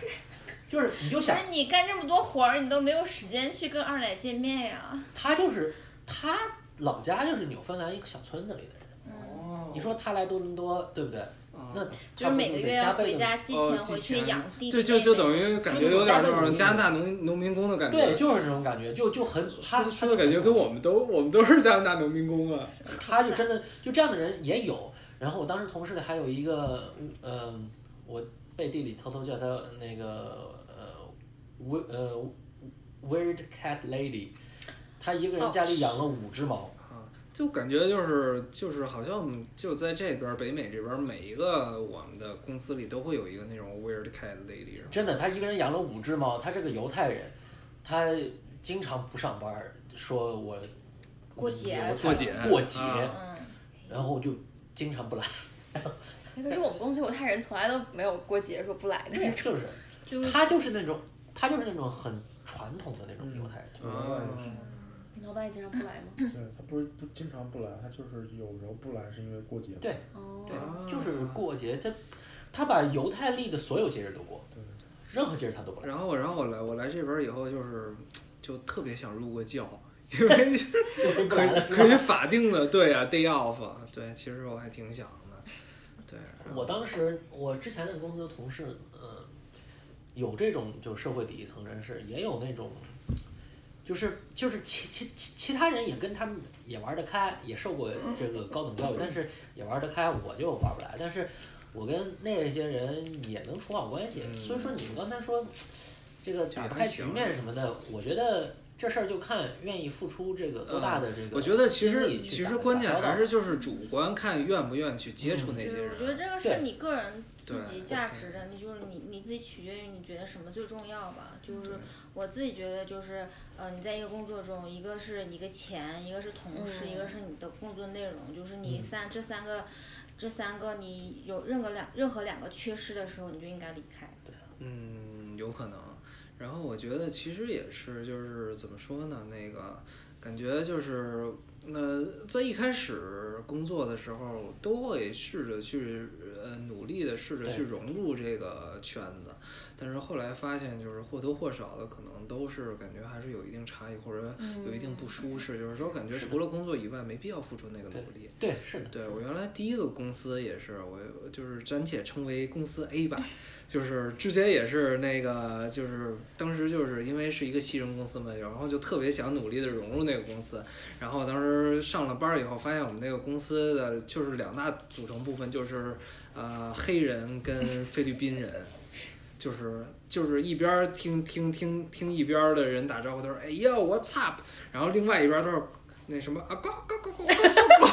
Speaker 6: 就是你就
Speaker 2: 不
Speaker 6: 想
Speaker 2: 是你干这么多活儿，你都没有时间去跟二奶见面呀？
Speaker 6: 他就是他老家就是纽芬兰一个小村子里的人。
Speaker 1: 哦
Speaker 2: 嗯
Speaker 6: 你说他来多伦多，对不对？那
Speaker 2: 就是每个月
Speaker 6: 要
Speaker 2: 要回家寄钱
Speaker 1: 哦寄
Speaker 2: 回去
Speaker 1: 钱
Speaker 2: 养弟弟妹妹。
Speaker 1: 呃对，就就等于感觉有点那
Speaker 6: 农
Speaker 1: 种
Speaker 6: 民
Speaker 1: 加拿大农农民工的感觉。
Speaker 6: 对，就是那种感觉，就就很他
Speaker 1: 说说的感觉跟我们都我们都是加拿大农民工啊。
Speaker 6: 他就真的就这样的人也有。然后我当时同事里还有一个，嗯、我背地里偷偷叫他那个呃，we 呃 weird cat lady，他一
Speaker 2: 哦
Speaker 6: 个人家里养了五只猫。
Speaker 1: 啊，就感觉就是就是好像就在这边儿北美这边儿每一个我们的公司里都会有一个那种 weird cat lady 是吧？
Speaker 6: 真的，他一个人养了五只猫，他是个犹太人，他经常不上班儿，说我
Speaker 2: 过节
Speaker 6: 犹太
Speaker 1: 过节
Speaker 6: 过节
Speaker 1: 啊，
Speaker 6: 然后就经常不来，
Speaker 7: 哎可是我们公司犹太人从来都没有过节说不来的
Speaker 6: 对，
Speaker 7: 那
Speaker 6: 就
Speaker 7: 种。
Speaker 6: 是他就是那种他就是那种很传统的那种犹太人，
Speaker 1: 啊
Speaker 7: 你老板也经常不来
Speaker 5: 嗯
Speaker 7: 吗？
Speaker 8: 对他不是不经常不来，他就是有时候不来是因为过节。
Speaker 6: 对，
Speaker 7: 哦
Speaker 6: 对，就是过节，他他把犹太历的所有节日都过，任何节日他都不来。
Speaker 1: 然后然后我来我来这边儿以后就是就特别想入个教。因为就是可以可以法定的，对啊，day off，对，其实我还挺想的，对。
Speaker 6: 我当时我之前那个公司的同事，呃，有这种就社会底层人士，也有那种，就是就是其其其其他人也跟他们也玩得开，也受过这个高等教育，但是也玩得开，我就玩不来。但是我跟那些人也能处好关
Speaker 1: 嗯
Speaker 6: 系，所以说你们刚才说这个打不开局面什么的，我觉得。这事儿就看愿意付出这个多大的这个
Speaker 1: 嗯我觉得其
Speaker 6: 精
Speaker 1: 实
Speaker 6: 力去
Speaker 1: 其
Speaker 6: 打
Speaker 1: 实关键
Speaker 6: 打交嗯道
Speaker 1: 还是就是主观看愿不愿去接触那些
Speaker 2: 对，
Speaker 1: 人。
Speaker 2: 我觉得这个
Speaker 6: 对
Speaker 2: 是你个人自
Speaker 1: 对
Speaker 2: 己价值的，你就是你你自己取决于你觉得什么最重要吧。就是我自己觉得就是呃你在一个工作中，一个是你的钱，一个是同事，一个是你的工作内容，就是
Speaker 1: 嗯
Speaker 2: 你三这三个这三个你有任何两任何两个缺失的时候，你就应该离开。
Speaker 1: 嗯，有可能。然后我觉得其实也是，就是怎么说呢，那个感觉就是，那在一开始工作的时候，都会试着去呃努力的试着去融入这个圈子，但是后来发现就是或多或少的可能都是感觉还是有一定差异或者有一定
Speaker 6: 嗯
Speaker 1: 不舒适，就是说感觉除了工作以外没必要付出那个努力。
Speaker 6: 对是的
Speaker 1: 对我原来第一个公司也是，我就是暂且称为公司 A 吧，就是之前也是那个，就是当时就是因为是一个西人公司嘛，然后就特别想努力的融入那个公司，然后当时上了班儿以后，发现我们那个公司的就是两大组成部分，就是呃黑人跟菲律宾人。就是就是一边儿听听听听一边儿的人打招呼，都是哎呦 what's up，然后另外一边儿都是那什么啊 go go go go go go，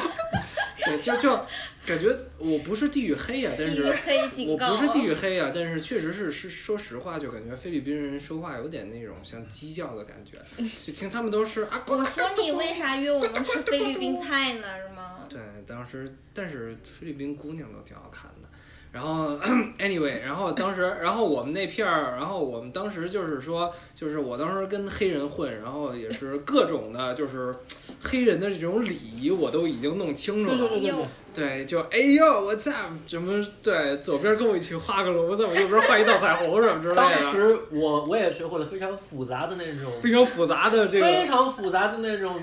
Speaker 1: 对，就就感觉我不是地域黑呀、但是
Speaker 2: 地域黑警
Speaker 1: 我
Speaker 2: 告
Speaker 1: 不是地域黑呀、但是确实是是说实话，就感觉菲律宾人说话有点那种像鸡叫的感 觉，就听他们都是啊 go
Speaker 2: 我说你为啥约我们吃菲律宾菜呢？是吗？
Speaker 1: 对，当时但是菲律宾姑娘都挺好看的。然后 ，anyway，然后当时，然后我们那片儿，然后我们当时就是说，就是我当时跟黑人混，然后也是各种的，就是黑人的这种礼仪我都已经弄清楚了。
Speaker 6: 对对对对
Speaker 1: 对就哎呦，我操，怎么对左边跟我一起画个萝卜，我右边画一道彩虹什么之类的。
Speaker 6: 当时我我也学会了非常复杂的那种，
Speaker 1: 非常复杂的这个
Speaker 6: 非常复杂的那种，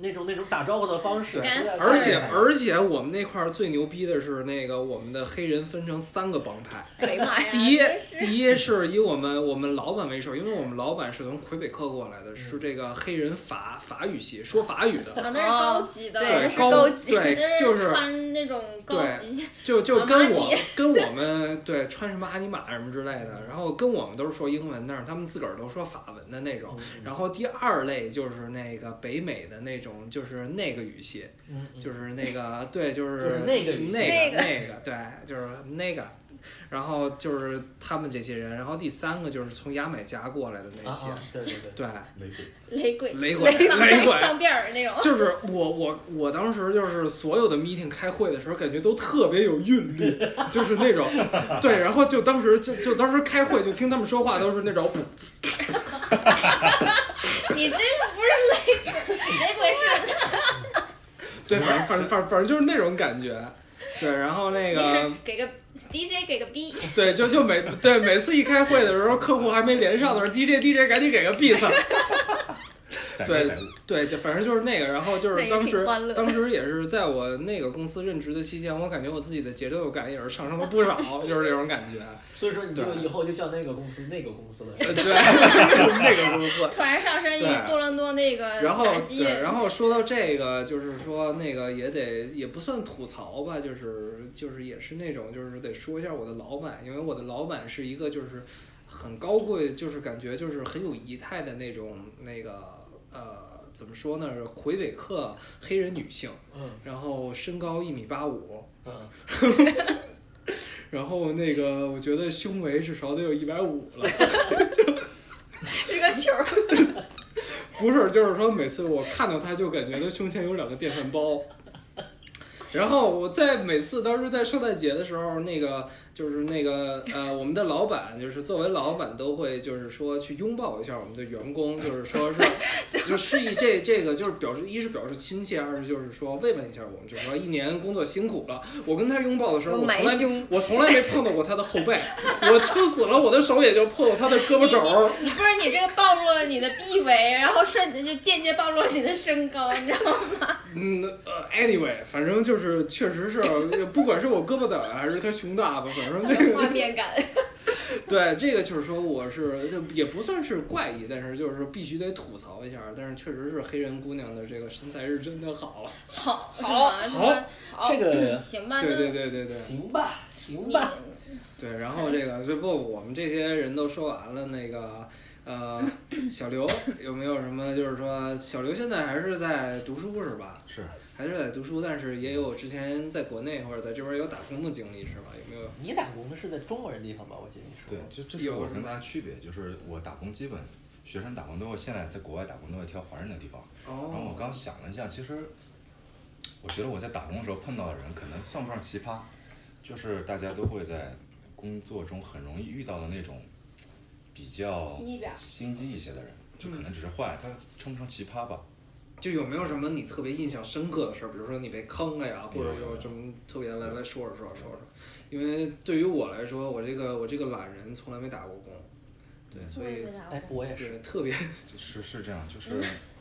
Speaker 6: 那种那种打招呼的方式，
Speaker 1: 而且而且我们那块儿最牛逼的是，那个我们的黑人分成三个帮派。
Speaker 7: 哎呀妈呀
Speaker 1: 第一第一是以我们我们老板为首，因为我们老板是从魁北克过来的，是这个黑人法法语系说法语的。
Speaker 2: 啊，那是高级的，
Speaker 7: 对
Speaker 1: 对，
Speaker 7: 那是
Speaker 1: 高
Speaker 7: 高级
Speaker 1: 对，
Speaker 2: 那
Speaker 1: 就是是
Speaker 2: 穿那种高级
Speaker 1: 对， 就就
Speaker 2: 阿
Speaker 1: 跟
Speaker 2: 玛
Speaker 1: 我
Speaker 2: 尼
Speaker 1: 跟我们对穿什么阿尼玛什么之类的，然后跟我们都是说英文，但是他们自个儿都说法文的那种。
Speaker 6: 嗯
Speaker 1: 然后第二类就是那个北美的那种，就是那个语系，就是那个对，就是
Speaker 6: 嗯就是那个语系
Speaker 1: 那个那个对，就是那个。然后就是他们这些人，然后第三个就是从牙买加过来的那
Speaker 6: 啊
Speaker 1: 些，
Speaker 6: 啊对对
Speaker 1: 对，
Speaker 6: 对
Speaker 8: 雷鬼。
Speaker 2: 雷鬼，
Speaker 1: 雷鬼，雷鬼，
Speaker 2: 脏辫儿那种。
Speaker 1: 就是我我我当时就是所有的 meeting 开会的时候，感觉都特别有韵律，就是那种，对，然后就当时就就当时开会就听他们说话都是那种，
Speaker 2: 你这个不是雷鬼，雷 鬼是。
Speaker 1: 对，反正反正反正反正就是那种感觉，对，然后那个
Speaker 2: 你。给个 DJ 给个 B，
Speaker 1: 对，就就每对每次一开会的时候，客户还没连上的时候，DJ DJ 赶紧给个 beat，
Speaker 4: 载歌
Speaker 1: 对
Speaker 4: 载舞。
Speaker 1: 对，就反正就是那个，然后就
Speaker 7: 那
Speaker 1: 是
Speaker 7: 也
Speaker 1: 当
Speaker 7: 挺
Speaker 1: 时
Speaker 7: 欢 乐
Speaker 1: 当时也是在我那个公司任职的期间，我感觉我自己的节奏感也是上升了不 少，就是这种感觉。
Speaker 5: 所以说你就
Speaker 1: 对
Speaker 5: 以后就叫那个公司那个公司了。
Speaker 1: 呃对，就是那个公司。
Speaker 2: 突然上升一
Speaker 1: 对
Speaker 2: 多伦多那个
Speaker 1: 然后
Speaker 2: 打击
Speaker 1: 对，然后说到这个，就是说那个也得也不算吐槽吧，就是就是也是那种就是得说一下我的老板，因为我的老板是一个就是很高贵，就是感觉就是很有仪态的那种那个呃怎么说呢，魁北克黑人女性，
Speaker 5: 嗯
Speaker 1: 然后身高一米八五，
Speaker 5: 嗯
Speaker 1: 然后那个我觉得胸围至少得有一百五了。
Speaker 7: 这个球儿，
Speaker 1: 不是，就是说每次我看到他就感觉他胸前有两个电饭煲。然后我在每次当时在圣诞节的时候，那个就是那个呃，我们的老板就是作为老板都会就是说去拥抱一下我们的员工，就是说是就示意这这个就是表示一是表示亲切，二是就是说慰问一下我们，就是说一年工作辛苦了。我跟他拥抱的时候，我从
Speaker 7: 埋
Speaker 1: 来
Speaker 7: 胸
Speaker 1: 我从来没碰到过他的后背，我撑死了我的手也就碰到他的胳膊肘儿。
Speaker 2: 你不是你这个暴露了你的臂围，然后瞬间就间接暴露了你的身高，你知道吗？
Speaker 1: 嗯呃，anyway，反正就是确实是，不管是我胳膊短还是他胸大吧，反正这个
Speaker 2: 画面感。
Speaker 1: 对，这个就是说我是就也不算是怪异，但是就是说必须得吐槽一下，但是确实是黑人姑娘的这个身材是真的好。
Speaker 2: 好， 好，是吗
Speaker 1: 这个
Speaker 2: 行吧，
Speaker 1: 对
Speaker 2: 那
Speaker 1: 对对对对，
Speaker 5: 行吧，行
Speaker 2: 你
Speaker 5: 吧。
Speaker 1: 对，然后这个这不我们这些人都说完了，那个呃，小刘有没有什么就是说，小刘现在还是在读书是吧？
Speaker 4: 是
Speaker 1: 还是在读书，但是也有之前在国内或者在这边有打工的经历是吧？有没有？
Speaker 6: 你打工的是在中国人地方吧？我记得你 说
Speaker 4: 对
Speaker 6: 过，
Speaker 4: 就这
Speaker 1: 有
Speaker 4: 是我
Speaker 1: 什
Speaker 4: 跟
Speaker 1: 么
Speaker 4: 大家区别，就是我打工基本学生打工都会，现在在国外打工都会挑华人的地方。然后
Speaker 1: 哦
Speaker 4: 我刚想了一下，其实我觉得我在打工的时候碰到的人可能算不上奇葩，就是大家都会在工作中很容易遇到的那种比较
Speaker 2: 心机婊
Speaker 4: 心机一些的人，就可能只是坏，他称不上奇葩吧。
Speaker 1: 就有没有什么你特别印象深刻的事儿？比如说你被坑了呀，或者有什么特别来来说说说说说。因为对于我来说，我这个我这个懒人从来没打过工，对，所以
Speaker 6: 哎，我也
Speaker 1: 对
Speaker 6: 是。
Speaker 1: 特别
Speaker 4: 是是这样，
Speaker 1: 嗯
Speaker 4: 就是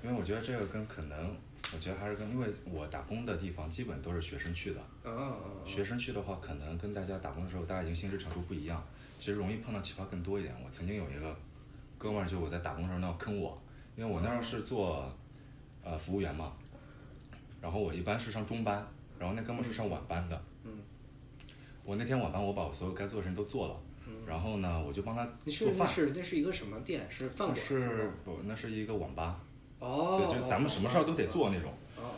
Speaker 4: 因为我觉得这个跟可能，我觉得还是跟因为我打工的地方基本都是学生去的，
Speaker 1: 啊啊啊
Speaker 4: 学生去的话，可能跟大家打工的时候，大家已经心智成熟不一样，其实容易碰到奇葩更多一点。我曾经有一个哥们儿，就我在打工的时候那样坑我，因为我那时候是做呃服务员嘛，然后我一般是上中班，然后那哥们儿是上晚班的，
Speaker 1: 嗯，
Speaker 4: 我那天晚班我把我所有该做的事情都做了，然后呢，我就帮他
Speaker 1: 嗯你
Speaker 4: 做
Speaker 1: 是那
Speaker 4: 饭。
Speaker 1: 是那是一个什么店？是饭
Speaker 4: 那
Speaker 1: 馆
Speaker 4: 是
Speaker 1: 吗？
Speaker 4: 不，那是一个网吧。
Speaker 1: 哦
Speaker 4: 对，就是咱们什么事儿都得做那种。
Speaker 1: 哦哦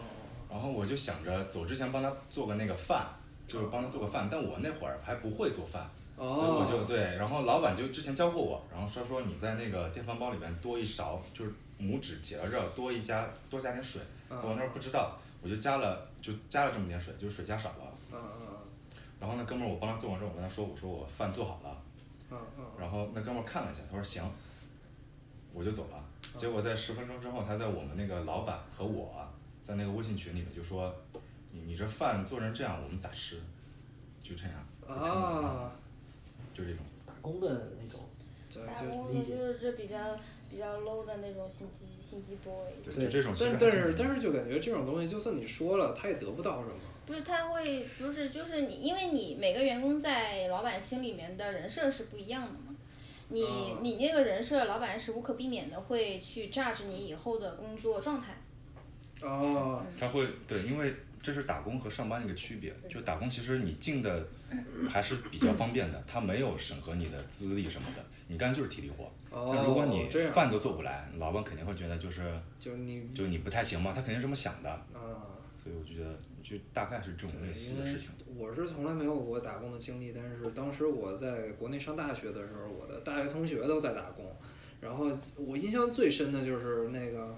Speaker 4: 然后我就想着走之前帮他做个那个饭，就是帮他做个饭，但我那会儿还不会做饭。
Speaker 1: 哦
Speaker 4: 所以我就对，然后老板就之前教过我，然后说说你在那个电饭煲里面多一勺，就是拇指解了热，多一加多加点水。
Speaker 1: 嗯
Speaker 4: 我那时候不知道，我就加了就加了这么点水，就是水加少了。
Speaker 1: 嗯嗯
Speaker 4: 然后那哥们儿我帮他做完之后，我跟他说我说我饭做好了，
Speaker 1: 嗯嗯
Speaker 4: 然后那哥们儿看了一下，他说行，我就走了。
Speaker 1: 嗯
Speaker 4: 结果在十分钟之后，他在我们那个老板和我在那个微信群里面就说，你你这饭做成这样，我们咋吃？就这样。就看到了
Speaker 1: 啊，
Speaker 4: 就这种。
Speaker 5: 打工的那种。
Speaker 1: 对
Speaker 4: 啊
Speaker 2: 打
Speaker 1: 就。
Speaker 2: 工的嗯就是这比较比较 low 的那种心机心机 boy。
Speaker 4: 对，
Speaker 5: 对
Speaker 4: 就这种其实
Speaker 1: 但但
Speaker 4: 还挺
Speaker 1: 是但是就感觉这种东西，就算你说了，他也得不到什么。
Speaker 2: 不是，他会不是就是你，因为你每个员工在老板心里面的人设是不一样的嘛。你、
Speaker 1: 嗯
Speaker 2: 你那个人设，老板是无可避免的会去 judge 你以后的工作状态。
Speaker 1: 哦，
Speaker 2: 嗯
Speaker 4: 他会对，因为这是打工和上班的一个区别。就打工，其实你 进的还是比较方便的，他没有审核你的资历什么的，你干就是体力活。但如果
Speaker 1: 哦
Speaker 4: 你
Speaker 1: 这样
Speaker 4: 饭都做不来，老板肯定会觉得就是
Speaker 1: 就你
Speaker 4: 就你不太行嘛，他肯定这么想的。
Speaker 1: 啊
Speaker 4: 所以我就觉得，就大概是这种类似
Speaker 1: 因
Speaker 4: 的
Speaker 1: 为
Speaker 4: 事情。
Speaker 1: 我是从来没有过打工的经历，但是当时我在国内上大学的时候，我的大学同学都在打工，然后我印象最深的就是那个，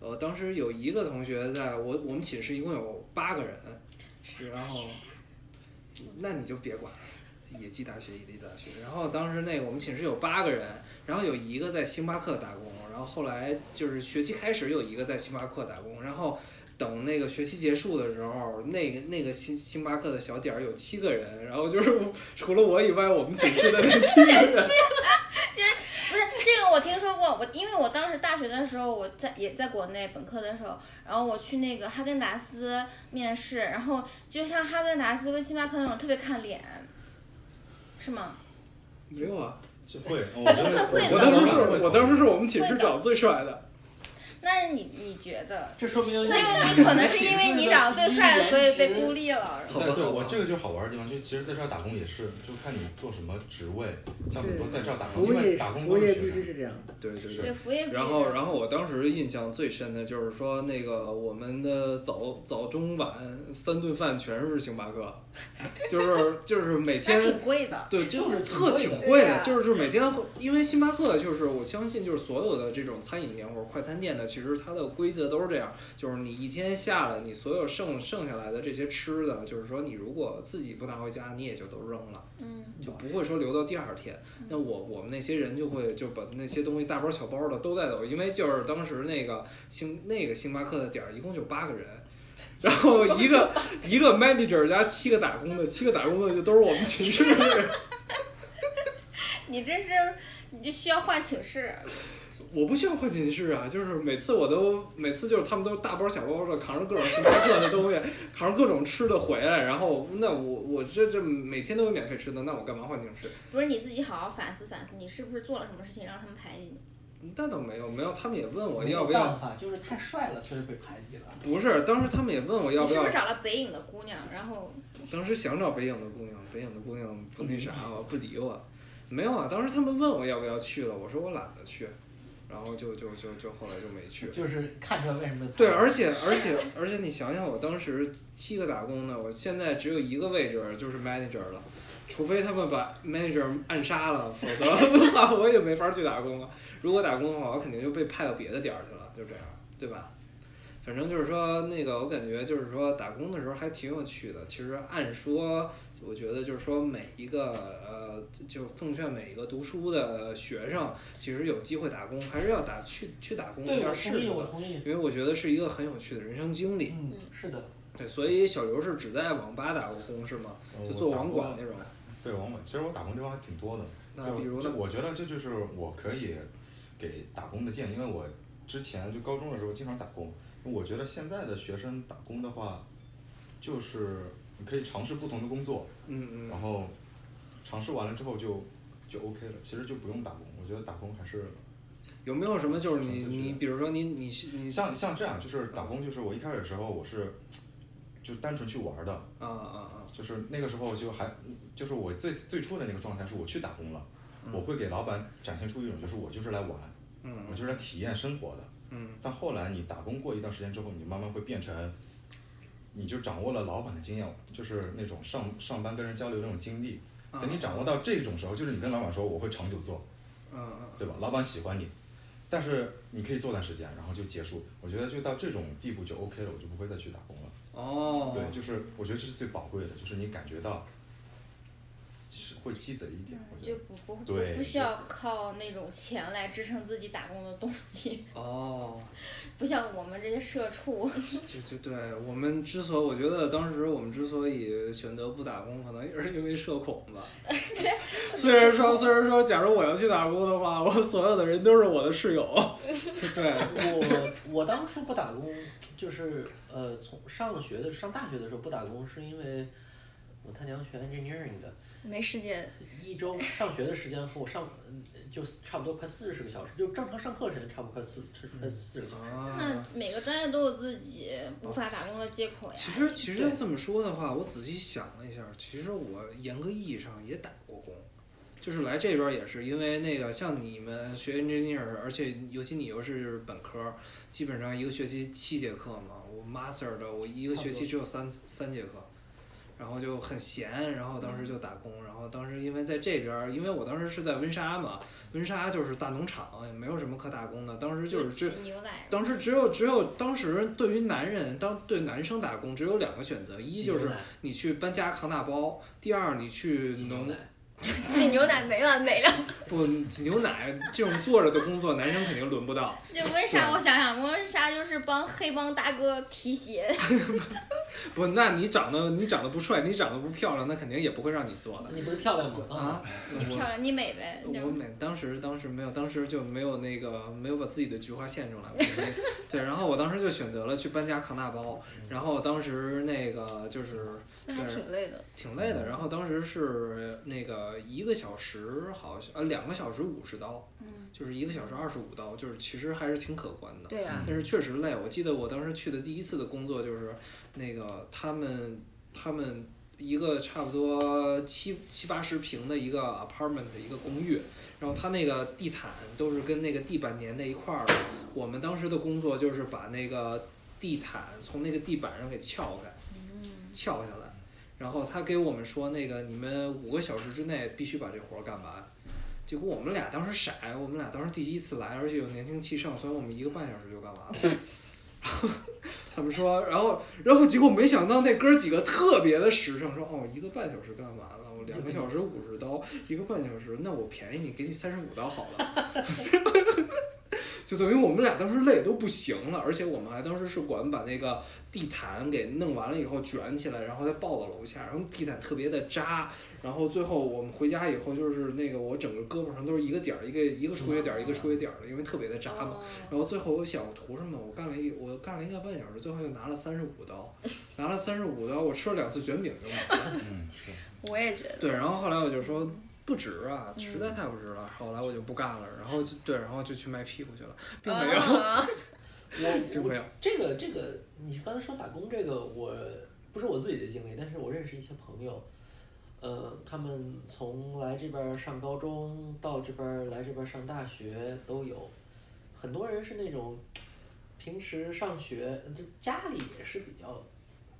Speaker 1: 呃，当时有一个同学在我我们寝室一共有八个人，然后，那你就别管了。野鸡大学，野鸡大学。然后当时那个我们寝室有八个人，然后有一个在星巴克打工，然后后来就是学期开始有一个在星巴克打工，然后等那个学期结束的时候，那个那个星星巴克的小点儿有七个人，然后就是我 除了我以外，我们寝室的那七个人
Speaker 2: 就是不是这个我听说过，有，我因为我当时大学的时候，我在也在国内本科的时候，然后我去那个哈根达斯面试，然后就像哈根达斯跟星巴克那种特别看脸，是吗？
Speaker 1: 没有啊，
Speaker 8: 就会，我
Speaker 2: 会
Speaker 8: 觉得
Speaker 2: 会
Speaker 1: 我
Speaker 8: 我
Speaker 1: 当
Speaker 8: 当
Speaker 1: 时
Speaker 8: 时
Speaker 1: 是
Speaker 8: 是，
Speaker 1: 我当时是我们寝室长最帅的。
Speaker 2: 那是你你觉得？
Speaker 6: 这说明
Speaker 2: 那因为你可能是因为你长得最帅，所以被孤立了。
Speaker 4: 对对，我这个就是好玩的地方，就其实在这儿打工也是，就看你做什么职位，像很多在这儿打
Speaker 5: 服
Speaker 4: 工，
Speaker 5: 务
Speaker 4: 因为
Speaker 5: 业
Speaker 4: 打工
Speaker 5: 服
Speaker 4: 都
Speaker 5: 务业
Speaker 4: 是
Speaker 5: 必须
Speaker 4: 学
Speaker 5: 是
Speaker 4: 生。
Speaker 5: 这样的。
Speaker 1: 对对
Speaker 2: 对服务业
Speaker 1: 然
Speaker 2: 不一
Speaker 1: 后，
Speaker 2: 样
Speaker 1: 然后我当时印象最深的就是说，那个我们的早早中晚三顿饭全是星巴克，就是就是每天
Speaker 2: 那挺贵的
Speaker 1: 对，
Speaker 6: 其实
Speaker 1: 就是
Speaker 6: 是挺
Speaker 1: 特
Speaker 6: 贵
Speaker 1: 挺
Speaker 6: 的
Speaker 1: 贵
Speaker 2: 对
Speaker 1: 的
Speaker 2: 啊，
Speaker 1: 就是就是每天会，因为星巴克就是我相信就是所有的这种餐饮店或者快餐店的，其实它的规则都是这样，就是你一天下来，你所有剩剩下来的这些吃的，就是说你如果自己不拿回家，你也就都扔了，
Speaker 2: 嗯
Speaker 1: 就不会说留到第二天。那我我们那些人就会就把那些东西大包小包的都带走，因为就是当时那个星那个星巴克的点儿一共就八个人。然后一个一个 manager 加七个打工的，七个打工的就都是我们寝室的人。
Speaker 2: 你这是你就需要换寝室。
Speaker 1: 我不需要换寝室啊，就是每次我都每次就是他们都大包小包的扛着各种星巴克的东西，扛着各种吃的回来，然后那我我这这每天都有免费吃的，那我干嘛换寝室？
Speaker 2: 不是你自己好好反思反思，你是不是做了什么事情让他们排挤你？
Speaker 1: 那倒没有没有，他们也问我
Speaker 6: 没
Speaker 1: 要
Speaker 6: 有
Speaker 1: 不
Speaker 6: 办
Speaker 1: 要，
Speaker 6: 法，就是太帅了，确实被排挤了。
Speaker 1: 不是当时他们也问我要
Speaker 2: 你是
Speaker 1: 要
Speaker 2: 不是，找了北影的姑娘，然后
Speaker 1: 当时想找北影的姑娘，北影的姑娘不那啥
Speaker 6: 嗯
Speaker 1: 我不理我，没有啊，当时他们问我要不要去了，我说我懒得去，然后就就就就后来就没去。
Speaker 6: 就是看出来为什么
Speaker 1: 对，而 且而且而且你想想，我当时七个打工的，我现在只有一个位置就是 manager 了，除非他们把 manager 暗杀了，否则的话我也没法去打工了。如果打工的话，我肯定就被派到别的点儿去了，就这样，对吧？反正就是说，那个我感觉就是说，打工的时候还挺有趣的。其实按说，我觉得就是说，每一个呃，就奉劝每一个读书的学生，其实有机会打工还是要打去去打工
Speaker 6: 对
Speaker 1: 一下
Speaker 6: 我
Speaker 1: 试
Speaker 6: 同意
Speaker 1: 试的
Speaker 6: 我同意
Speaker 1: 因为我觉得是一个很有趣的人生经历。
Speaker 6: 嗯，是的。
Speaker 1: 对，所以小刘是只在网吧打过工是吗？就做网管那种。
Speaker 4: 对，网管，其实我打工地方还挺多的。
Speaker 1: 那
Speaker 4: 就
Speaker 1: 比如
Speaker 4: 就
Speaker 1: 呢
Speaker 4: 我觉得这就是我可以给打工的建议，因为我之前就高中的时候经常打工。我觉得现在的学生打工的话，就是你可以尝试不同的工作，
Speaker 1: 嗯嗯
Speaker 4: 然后尝试完了之后就就 OK 了，其实就不用打工。我觉得打工还是
Speaker 1: 有没有什么就是你
Speaker 4: 纯粹是
Speaker 1: 你比如说你你是你嗯
Speaker 4: 像像这样，就是打工，就是我一开始的时候我是就单纯去玩儿的，
Speaker 1: 啊啊啊
Speaker 4: 就是那个时候就还就是我最最初的那个状态是我去打工了，我会给老板展现出一种就是我就是来玩，
Speaker 1: 嗯
Speaker 4: 我就是来体验生活的，
Speaker 1: 嗯
Speaker 4: 但后来你打工过一段时间之后，你慢慢会变成。你就掌握了老板的经验，就是那种上上班跟人交流那种经历。等你掌握到这种时候，就是你跟老板说我会长久做，
Speaker 1: 嗯嗯
Speaker 4: 对吧？老板喜欢你，但是你可以做段时间，然后就结束。我觉得就到这种地步就 OK 了，我就不会再去打工了。
Speaker 1: 哦
Speaker 4: 对，就是我觉得这是最宝贵的，就是你感觉到是会积累一点，我
Speaker 2: 嗯
Speaker 4: 觉
Speaker 2: 就
Speaker 4: 得
Speaker 2: 不不不
Speaker 4: 对
Speaker 2: 不需
Speaker 4: 对
Speaker 2: 要靠那种钱来支撑自己打工的动力，
Speaker 1: 哦。
Speaker 2: 不像我们这些社畜。
Speaker 1: 嗯就就对我们之所我觉得当时我们之所以选择不打工，可能也是因为社恐吧。虽然说虽然说，假如我要去打工的话，我所有的人都是我的室友。对，
Speaker 6: 我我当初不打工，就是呃，从上学的上大学的时候不打工，是因为我他娘学 engineering 的，
Speaker 7: 没时间。
Speaker 6: 一周上学的时间和我上呃就差不多快四十个小时，就正常上课时间差不多快四快四十个小时。
Speaker 1: 啊
Speaker 2: 那，每个专业都有自己无法打工的借口呀。
Speaker 1: 其实其实要这么说的话，我仔细想了一下，其实我严格意义上也打过工。就是来这边儿也是因为那个像你们学 engineer，而且尤其你又是本科儿，基本上一个学期七节课嘛，我 master 的我一个学期只有三三节课，然后就很闲，然后当时就打工，然后当时因为在这边儿，因为我当时是在温莎嘛，温莎就是大农场，也没有什么可打工的，当时就是只
Speaker 2: 骑牛奶
Speaker 1: 当时只有只有当时对于男人当对男生打工只有两个选择，一
Speaker 6: 挤
Speaker 1: 就
Speaker 6: 牛
Speaker 1: 是
Speaker 6: 奶
Speaker 1: 你去搬家扛大包，第二你去
Speaker 6: 挤牛
Speaker 1: 农
Speaker 6: 奶
Speaker 7: 这牛奶没完没了。
Speaker 1: 不挤牛奶这种坐着的工作，男生肯定轮不到。
Speaker 7: 啊
Speaker 2: 就温莎，我想想，温莎就是帮黑帮大哥提鞋。
Speaker 1: 不，那你长得你长得不帅，你长得不漂亮，那肯定也不会让你做的。
Speaker 6: 你不是漂亮吗？嗯
Speaker 1: 啊，
Speaker 2: 你漂亮，你美呗。对吧
Speaker 1: 我美，当时当时没有，当时就没有那个没有把自己的菊花献出来。 对，然后我当时就选择了去搬家扛大包，然后当时那个就是
Speaker 2: 那还挺累的
Speaker 1: 挺累的。然后当时是那个一个小时好像呃两个小时五十刀，
Speaker 2: 嗯
Speaker 1: 就是一个小时二十五刀，就是其实还是挺可观的。
Speaker 2: 对啊
Speaker 1: 但是确实累，我记得我当时去的第一次的工作就是那个他们他们。一个差不多七七八十平的一个 apartment 一个公寓，然后它那个地毯都是跟那个地板粘在一块儿的。我们当时的工作就是把那个地毯从那个地板上给撬开，撬下来。然后他给我们说，那个你们五个小时之内必须把这活儿干完。结果我们俩当时傻呀，我们俩当时第一次来，而且又年轻气盛，所以我们一个半小时就干完了。然后 他们说，然后然后结果没想到那哥儿几个特别的实诚，说哦一个半小时干完了，我两个小时五十刀，一个半小时，那我便宜你，给你三十五刀好了。 就等于我们俩当时累都不行了，而且我们还当时是管把那个地毯给弄完了以后卷起来，然后再抱到楼下，然后地毯特别的扎，然后最后我们回家以后就是那个我整个胳膊上都是一个点儿一个一个出血点儿一个出血点儿的，因为特别的扎嘛。然后最后我想我图什么？我干了一我干了一个半小时，最后就拿了三十五刀，拿了三十五刀，我吃了两次卷饼就没了。
Speaker 4: 嗯，是。
Speaker 7: 我也觉得。
Speaker 1: 对，然后后来我就说不值啊，实在太不值了。后来我就不干了，然后就对，然后就去卖屁股去了，并没有。
Speaker 6: 我
Speaker 1: 真
Speaker 6: 我
Speaker 1: 没有
Speaker 6: 这个这个，你刚才说打工这个，我不是我自己的经历，但是我认识一些朋友，呃，他们从来这边儿上高中到这边儿来这边儿上大学都有，很多人是那种平时上学就家里也是比较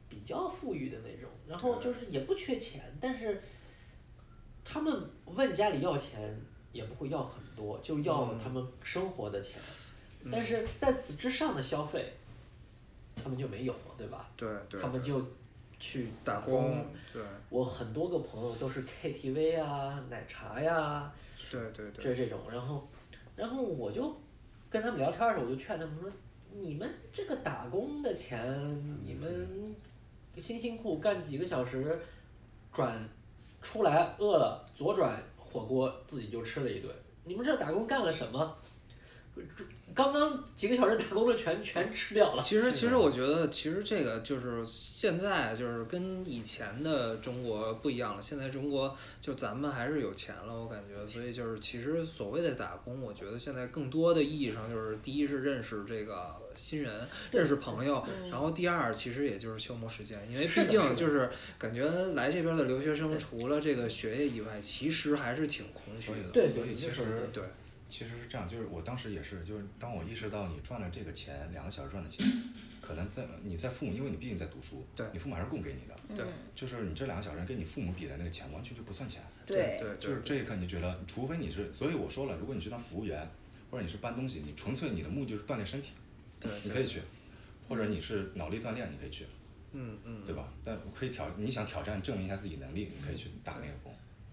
Speaker 6: 比较富裕的那种，然后就是也不缺钱，但是他们问家里要钱也不会要很多，就要他们生活的钱，
Speaker 1: 嗯
Speaker 6: 但是在此之上的消费，他们就没有了，对吧？
Speaker 1: 对对
Speaker 6: 他们
Speaker 1: 对
Speaker 6: 就去
Speaker 1: 打
Speaker 6: 工。
Speaker 1: 工对
Speaker 6: 我很多个朋友都是 KTV 啊、奶茶呀、
Speaker 1: 对对对
Speaker 6: 这这种，然后，然后我就跟他们聊天儿的时候，我就劝他们说，你们这个打工的钱，你们辛辛苦苦干几个小时，转出来饿了，左转火锅自己就吃了一顿，你们这打工干了什么？刚刚几个小时打工的全全吃掉了。
Speaker 1: 其实，其实我觉得，其实这个就是现在就是跟以前的中国不一样了。现在中国就咱们还是有钱了，我感觉，所以就是其实所谓的打工，我觉得现在更多的意义上就是，第一是认识这个新人，认识朋友，然后第二其实也就是消磨时间，因为
Speaker 6: 是
Speaker 1: 毕
Speaker 6: 的是
Speaker 1: 竟
Speaker 6: 的
Speaker 1: 就是感觉来这边的留学生除了这个学业以外，其实还是挺空虚
Speaker 4: 所以，
Speaker 1: 的。
Speaker 6: 对
Speaker 4: 所以
Speaker 6: 对
Speaker 4: 其
Speaker 6: 那时候
Speaker 4: 实
Speaker 1: 对
Speaker 4: 其实是这样，就是我当时也是，就是当我意识到你赚了这个钱，两个小时赚 的钱，可能在你在父母，因为你毕竟在读书，
Speaker 1: 对
Speaker 4: 你父母还是供给你的，
Speaker 2: 嗯
Speaker 1: 对，
Speaker 4: 就是你这两个小时跟你父母比的那个钱完全就不算钱，
Speaker 2: 嗯
Speaker 7: 对
Speaker 1: 对
Speaker 4: 就是这一刻你觉得，除非你是，所以我说了，如果你是当服务员或者你是搬东西，你纯粹你的目的就是锻炼身体，
Speaker 1: 对
Speaker 4: 你可以去，或者你是脑力锻炼，你可以去，
Speaker 1: 嗯嗯
Speaker 4: 对吧？但可以挑，你想挑战证明一下自己能力，你可以去打那个工。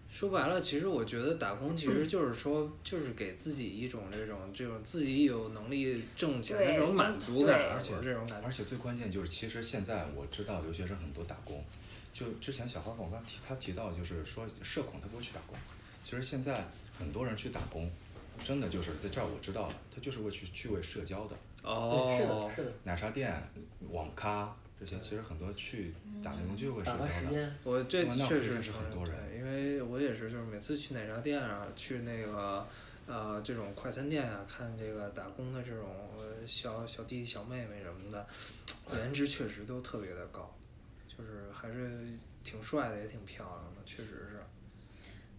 Speaker 1: 说白了，其实我觉得打工其
Speaker 7: 嗯
Speaker 1: 实就是说，就是给自己一种这种这种自己有能力挣钱的这种满足感，
Speaker 7: 对，
Speaker 1: 而且这种感
Speaker 4: 而
Speaker 1: 觉。
Speaker 4: 且最关键就是，其实现在我知道留学生很多打工，就之前小花跟我刚提，她提到就是说社恐，她不会去打工。其实现在很多人去打工，真的就是在这儿我知道了，他就是为去去为社交的，
Speaker 6: 对，是
Speaker 1: 哦
Speaker 6: 的，，是的。
Speaker 4: 奶茶店、网咖这些，其实很多去打那工就是为社
Speaker 6: 打发时
Speaker 4: 交的
Speaker 6: 间。
Speaker 1: 我这
Speaker 4: 那
Speaker 1: 确
Speaker 4: 会
Speaker 1: 实哎
Speaker 4: 认识很多人。
Speaker 1: 对因为我也是，就是每次去奶茶店啊，去那个呃这种快餐店啊，看这个打工的这种呃小小弟弟小妹妹什么的，颜值确实都特别的高，就是还是挺帅的，也挺漂亮的，确实是。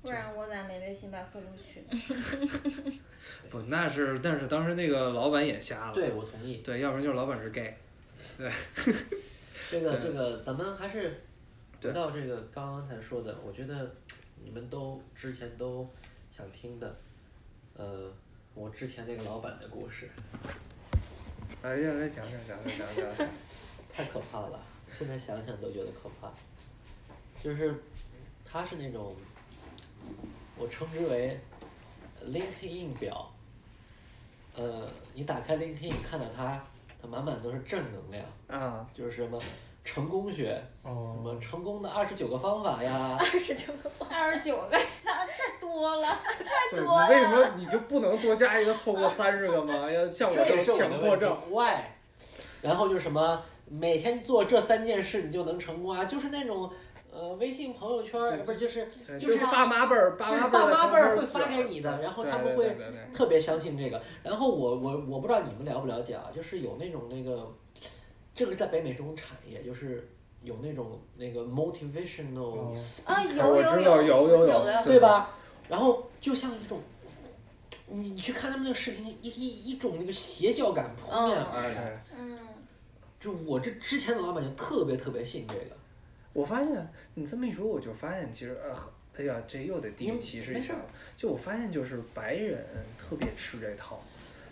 Speaker 2: 不然我咋没被星巴克录取呢？
Speaker 1: 不，那是但是当时那个老板眼瞎了。
Speaker 6: 对我同意
Speaker 1: 对，要不然就是老板是 gay。对。
Speaker 6: 这个这个，咱们还是回
Speaker 1: 对
Speaker 6: 到这个刚刚才说的，我觉得你们都之前都想听的，呃，我之前那个老板的故事，
Speaker 1: 来来哎来，讲讲讲讲讲讲。
Speaker 6: 太可怕了，现在想想都觉得可怕。就是他是那种，我称之为 LinkedIn 表，呃，你打开 LinkedIn 看到他它满满都是正能量，
Speaker 1: 啊
Speaker 6: 就是什么成功学，
Speaker 1: 哦
Speaker 6: 什么成功的二十九个方法呀
Speaker 7: 二十九个 啊包，
Speaker 2: 二十九个，太多了，太
Speaker 1: 对，
Speaker 2: 多
Speaker 1: 你
Speaker 2: 了。
Speaker 1: 为什么你就不能多加一个凑 够三十个吗？要像我
Speaker 6: 这也
Speaker 1: 这
Speaker 6: 是
Speaker 1: 种
Speaker 6: 我
Speaker 1: 强
Speaker 6: 的
Speaker 1: 迫
Speaker 6: 问题
Speaker 1: 症。
Speaker 6: why？然后就是什么每天做这三件事你就能成功啊，就是那种呃微信朋友圈儿不是就是
Speaker 1: 对
Speaker 6: 就
Speaker 1: 就是是爸妈辈儿爸
Speaker 6: 就是
Speaker 1: 妈辈
Speaker 6: 爸
Speaker 1: 儿的朋
Speaker 6: 妈辈儿
Speaker 1: 友
Speaker 6: 会发
Speaker 1: 圈
Speaker 6: 给
Speaker 1: 儿
Speaker 6: 你的，然
Speaker 1: 嗯
Speaker 6: 后
Speaker 1: 对
Speaker 6: 他们
Speaker 1: 对
Speaker 6: 会
Speaker 1: 对对对
Speaker 6: 特别相信这个。然后我我我不知道你们了不了解啊，就是有那种那个，这个在北美是种产业，就是有那种那个 motivational
Speaker 1: 哦
Speaker 6: speaker
Speaker 7: 啊有
Speaker 1: 我
Speaker 7: 有
Speaker 1: 知道有有
Speaker 7: 有
Speaker 1: 有
Speaker 7: 的
Speaker 6: 对吧？然后就像一种，你去看他们那个视频，一一一种那个邪教感扑面
Speaker 1: 哎
Speaker 6: 而来。
Speaker 2: 嗯，
Speaker 6: 就我这之前的老板就特别特别信这个，
Speaker 1: 我发现你这么一说，我就发现其实呃，哎呀，这又得地域
Speaker 6: 嗯
Speaker 1: 歧视
Speaker 6: 没
Speaker 1: 一
Speaker 6: 事
Speaker 1: 下
Speaker 6: 儿
Speaker 1: 了。就我发现，就是白人特别吃这套，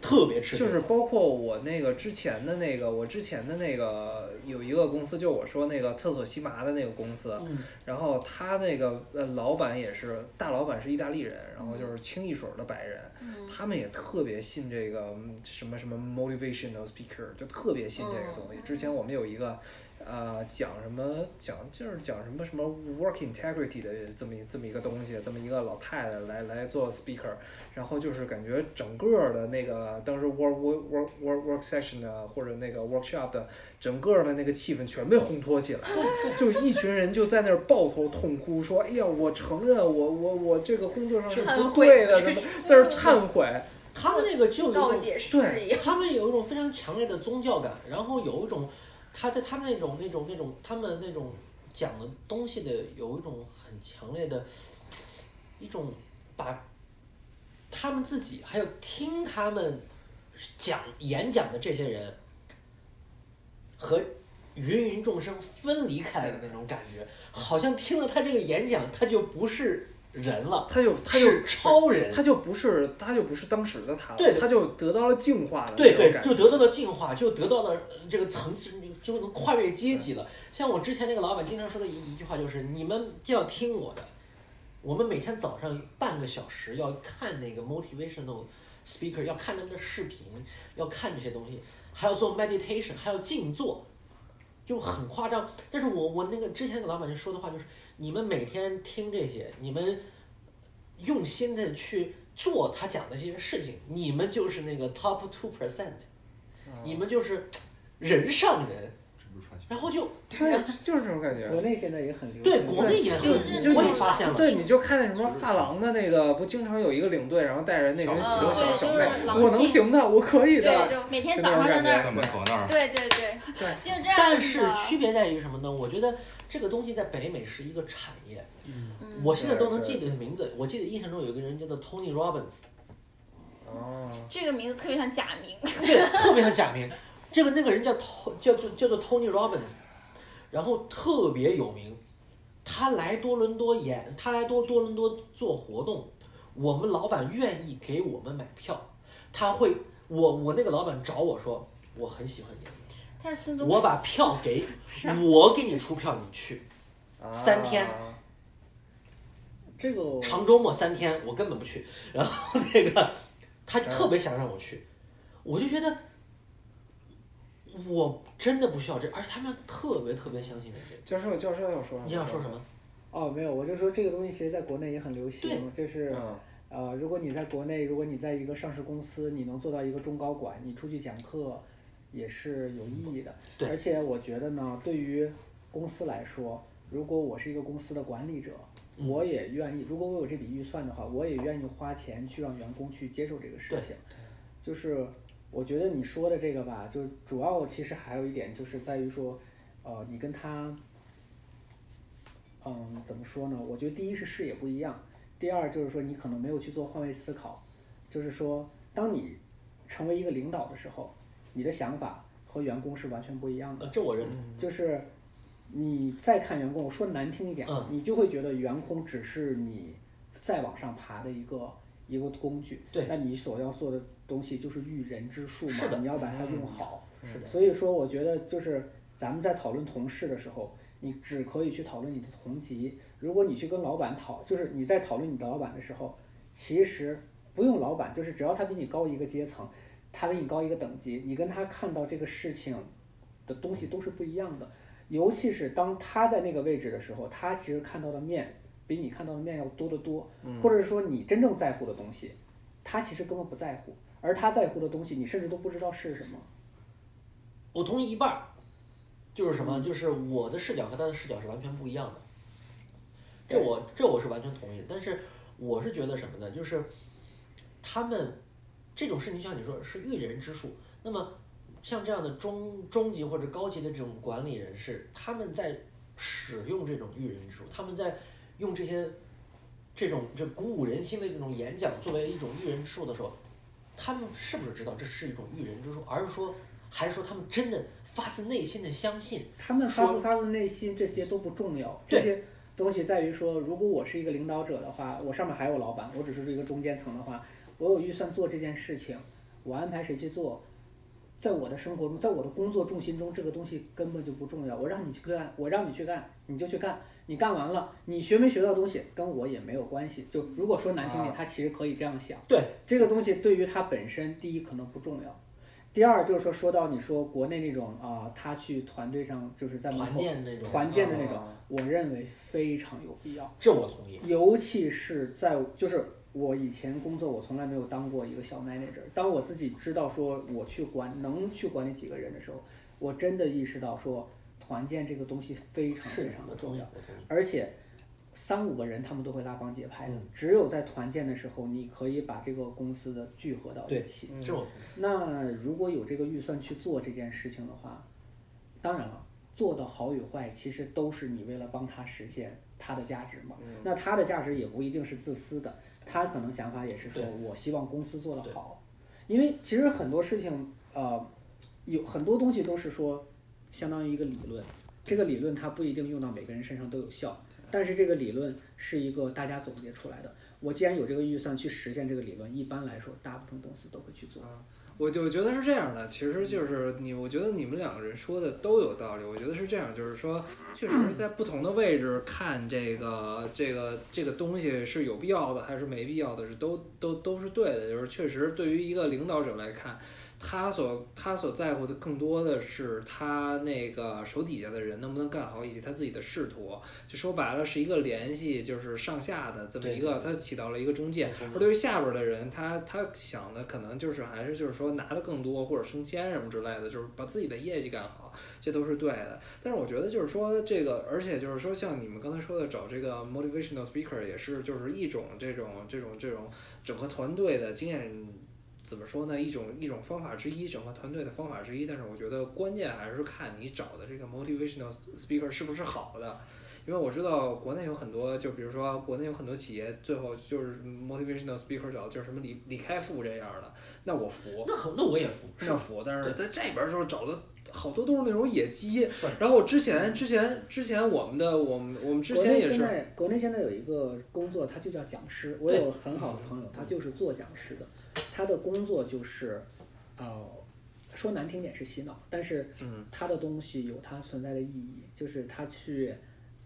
Speaker 6: 特别吃这
Speaker 1: 就
Speaker 6: 个。
Speaker 1: 是包括我那个之前的那个，我之前的那个有一个公司，就我说那个厕所吸麻的那个公司，
Speaker 6: 嗯
Speaker 1: 然后他那个呃老板也是大老板是意大利人，然后就是清一水儿的白人，他们也特别信这个嗯什么什么 motivational speaker，就特别信这个东西。之前我们有一个。呃，讲什么讲就是讲什么什么 work integrity 的这么一这么一个东西，这么一个老太太来来做 speaker，然后就是感觉整个儿的那个当时 work work work work work session 的或者那个 workshop 的整个儿的那个气氛全被烘托起来， 就一群人就在那儿抱头痛哭，说哎呀，我承认我我我这个工作上是不对的，什么在这儿忏悔。
Speaker 6: 他们那个就有一种
Speaker 7: 告诫式
Speaker 6: 对
Speaker 7: 一样
Speaker 6: 他们有一种非常强烈的宗教感，然后有一种他在他们那种那种那种他们那种讲的东西的有一种很强烈的一种把他们自己还有听他们讲演讲的这些人和芸芸众生分离开来的那种感
Speaker 1: 嗯
Speaker 6: 觉，好像听了他这个演讲，他就不是人了，
Speaker 1: 他就他就是
Speaker 6: 超人，
Speaker 1: 他就不是他就不是当时的他了，
Speaker 6: 对对
Speaker 1: 他就得到了净化的那
Speaker 6: 对
Speaker 1: 种
Speaker 6: 对，
Speaker 1: 感
Speaker 6: 就
Speaker 1: 觉
Speaker 6: 得到了进化，就得到了呃这个层次，就能跨越阶级了。像我之前那个老板经常说的一一句话就是：你们就要听我的。我们每天早上半个小时要看那个 motivational speaker，要看他们的视频，要看这些东西，还要做 meditation，还要静坐，就很夸张。但是我我那个之前给老板就说的话就是：你们每天听这些，你们用心的去做他讲的这些事情，你们就是那个 top two percent，你
Speaker 1: 哦
Speaker 6: 们就是人上人，
Speaker 4: 这不是传销
Speaker 6: 然后就
Speaker 1: 对，就是这种感觉。
Speaker 5: 国内现在也很流行。
Speaker 6: 对国内也很，
Speaker 1: 就
Speaker 6: 我也发现了，
Speaker 1: 对，你就看那什么发廊的那个，不经常有一个领队，然后带着那群小
Speaker 2: 嗯
Speaker 1: 小小
Speaker 2: 对就是
Speaker 1: 妹，
Speaker 2: 狼
Speaker 1: 我能
Speaker 2: 性
Speaker 1: 行的，我可以的，
Speaker 2: 对就每天
Speaker 1: 就
Speaker 2: 早
Speaker 1: 种感
Speaker 2: 上在那
Speaker 1: 觉
Speaker 2: 儿
Speaker 4: 在门口那儿
Speaker 2: 对对对，
Speaker 1: 对
Speaker 2: 就这样
Speaker 6: 但是
Speaker 2: 的
Speaker 6: 区别在于什么呢？我觉得这个东西在北美是一个产业。嗯，我现在都能记得名字。我记得印象中有一个人叫做 Tony Robbins，
Speaker 1: 哦，
Speaker 2: 这个名字特别像假 名。
Speaker 6: 对，特别像假名。这个那个人叫 To 叫做叫做 Tony Robbins，然后特别有名。他来多伦多演，他来多多伦多做活动，我们老板愿意给我们买票。他会，我我那个老板找我说，我很喜欢你，
Speaker 2: 他是孙中啊
Speaker 6: 我把
Speaker 2: 山
Speaker 6: 票给，我给你出票，你去，三天，
Speaker 1: 啊
Speaker 5: 这个我
Speaker 6: 长周末三天，我根本不去。然后那个他
Speaker 5: 嗯
Speaker 6: 特别想让我去，我就觉得我真的不需要这，而且他们特别特别相信这
Speaker 1: 教授教授要说
Speaker 6: 个。，你想说什么？？
Speaker 5: 哦，没有，我就说这个东西其实在国内也很流行，
Speaker 6: 对
Speaker 5: 就是、
Speaker 1: 嗯
Speaker 5: 呃，如果你在国内，如果你在一个上市公司，你能做到一个中高管，你出去讲课也是有意义的。
Speaker 6: 对
Speaker 5: 而且我觉得呢，对于公司来说，如果我是一个公司的管理者，
Speaker 6: 嗯
Speaker 5: 我也愿意，如果我有这笔预算的话，我也愿意花钱去让员工去接受这个事
Speaker 6: 对
Speaker 5: 情。就是我觉得你说的这个吧，就主要其实还有一点就是在于说，呃，你跟他嗯，怎么说呢？我觉得第一是视野不一样，第二就是说你可能没有去做换位思考，就是说当你成为一个领导的时候，你的想法和员工是完全不一样的。
Speaker 6: 呃这我认
Speaker 5: 就是你再看员工，我说难听一点，
Speaker 6: 嗯
Speaker 5: 你就会觉得员工只是你再往上爬的一个。一个工具，
Speaker 6: 对
Speaker 5: 那你所要做的东西就是育人之术嘛，
Speaker 6: 是的嗯
Speaker 5: 你要把它用好。
Speaker 6: 是的
Speaker 5: 所以说，我觉得就是咱们在讨论同事的时候，你只可以去讨论你的同级。如果你去跟老板讨，就是你在讨论你的老板的时候，其实不用老板，就是只要他比你高一个阶层，他比你高一个等级，你跟他看到这个事情的东西都是不一样的。尤其是当他在那个位置的时候，他其实看到的面比你看到的面要多得多，
Speaker 6: 嗯
Speaker 5: 或者说你真正在乎的东西，他其实根本不在乎，而他在乎的东西，你甚至都不知道是什么。
Speaker 6: 我同意一半儿，就是什么，就是我的视角和他的视角是完全不一样的。这我这我是完全同意的，但是我是觉得什么呢？就是他们这种事情，像你说是驭人之术。那么像这样的中中级或者高级的这种管理人士，他们在使用这种驭人之术，他们在用这些这种这鼓舞人心的这种演讲作为一种驭人之术的时候，他们是不是知道这是一种驭人之术，而是说还是说他们真的发自内心的相信？
Speaker 5: 他们发不
Speaker 6: 说
Speaker 5: 发自内心这些都不重要，这
Speaker 6: 对
Speaker 5: 些东西在于说，如果我是一个领导者的话，我上面还有老板，我只是一个中间层的话，我有预算做这件事情，我安排谁去做，在我的生活中，在我的工作重心中，这个东西根本就不重要。我让你去干，我让你去干，你就去干，你干完了，你学没学到东西跟我也没有关系。就如果说难听点，他其实可以这样想，
Speaker 6: 啊对
Speaker 5: 这个东西对于他本身，第一可能不重要。第二就是说，说到你说国内那种啊、他去团队上就是在门
Speaker 6: 团
Speaker 5: 口
Speaker 6: 建那种
Speaker 5: 团建的那种
Speaker 6: 啊，
Speaker 5: 我认为非常有必要。
Speaker 6: 这我同意
Speaker 5: 尤其是在就是我以前工作，我从来没有当过一个小 manager。当我自己知道说我去管能去管理几个人的时候，我真的意识到说团建这个东西非常
Speaker 6: 是
Speaker 5: 非常的
Speaker 6: 我
Speaker 5: 重
Speaker 6: 同意
Speaker 5: 要
Speaker 6: 我同意，嗯
Speaker 5: 而且。三五个人他们都会拉帮结派的，只有在团建的时候，你可以把这个公司的聚合到
Speaker 6: 对
Speaker 5: 一起。
Speaker 6: 这我同意
Speaker 5: 那如果有这个预算去做这件事情的话，当然了，做的好与坏其实都是你为了帮他实现他的价值嘛。那他的价值也不一定是自私的，他可能想法也是说
Speaker 6: 对
Speaker 5: 我希望公司做得好，因为其实很多事情呃，有很多东西都是说相当于一个理论，这个理论它不一定用到每个人身上都有效，但是这个理论是一个大家总结出来的。我既然有这个预算去实现这个理论，一般来说大部分公司都会去做。
Speaker 1: 啊我就觉得是这样的，其实就是你，我觉得你们两个人说的都有道理。我觉得是这样，就是说，确实在不同的位置看这个这个这个东西是有必要的还是没必要的，是都都都是对的。就是确实对于一个领导者来看，他所他所在乎的更多的是他那个手底下的人能不能干好，以及他自己的仕途。就说白了是一个联系，就是上下的这么一个，他起到了一个中介。而对于下边儿的人，他他想的可能就是还是就是说拿的更多或者升迁什么之类的，就是把自己的业绩干好，这都是对的。但是我觉得就是说这个，而且就是说像你们刚才说的找这个 motivational speaker 也是就是一种这种这种这种整合团队的经验。怎么说呢？一种一种方法之一，整个团队的方法之一。但是我觉得关键还是看你找的这个 motivational speaker 是不是好的。因为我知道国内有很多，就比如说国内有很多企业，最后就是 motivational speaker 找的就是什么李李开复这样的，那我服，
Speaker 6: 那很那我也服
Speaker 1: 是服，但是在这边儿就是找的好多都是那种野鸡，然后我之前之前之前我们的我们我们之
Speaker 5: 国
Speaker 1: 前
Speaker 5: 内
Speaker 1: 也
Speaker 5: 现
Speaker 1: 是，
Speaker 5: 在国内现在有一个工作，他就叫讲师。我有很好的朋友，他就是做讲师的，他的工作就是，呃，说难听点是洗脑，但是
Speaker 1: 嗯
Speaker 5: 他的东西有它存在的意义，就是他去。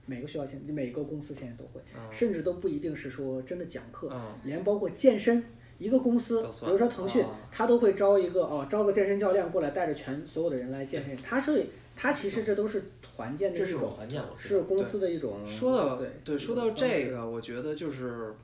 Speaker 5: 每个学校现每个公司现在都会，
Speaker 1: 哦
Speaker 5: 甚至都不一定是说真的讲课，连包括健身，一个公司，比如说腾讯，
Speaker 1: 哦
Speaker 5: 他都会招一个哦，招个健身教练过来，带着全所有的人来健身，他是他其实这都是团建的
Speaker 6: 这
Speaker 5: 一
Speaker 6: 是
Speaker 5: 种
Speaker 6: 种团建我知
Speaker 5: 是
Speaker 6: 道
Speaker 5: 公司的一种
Speaker 1: 说到
Speaker 5: 对
Speaker 1: 说到这个，我觉得就是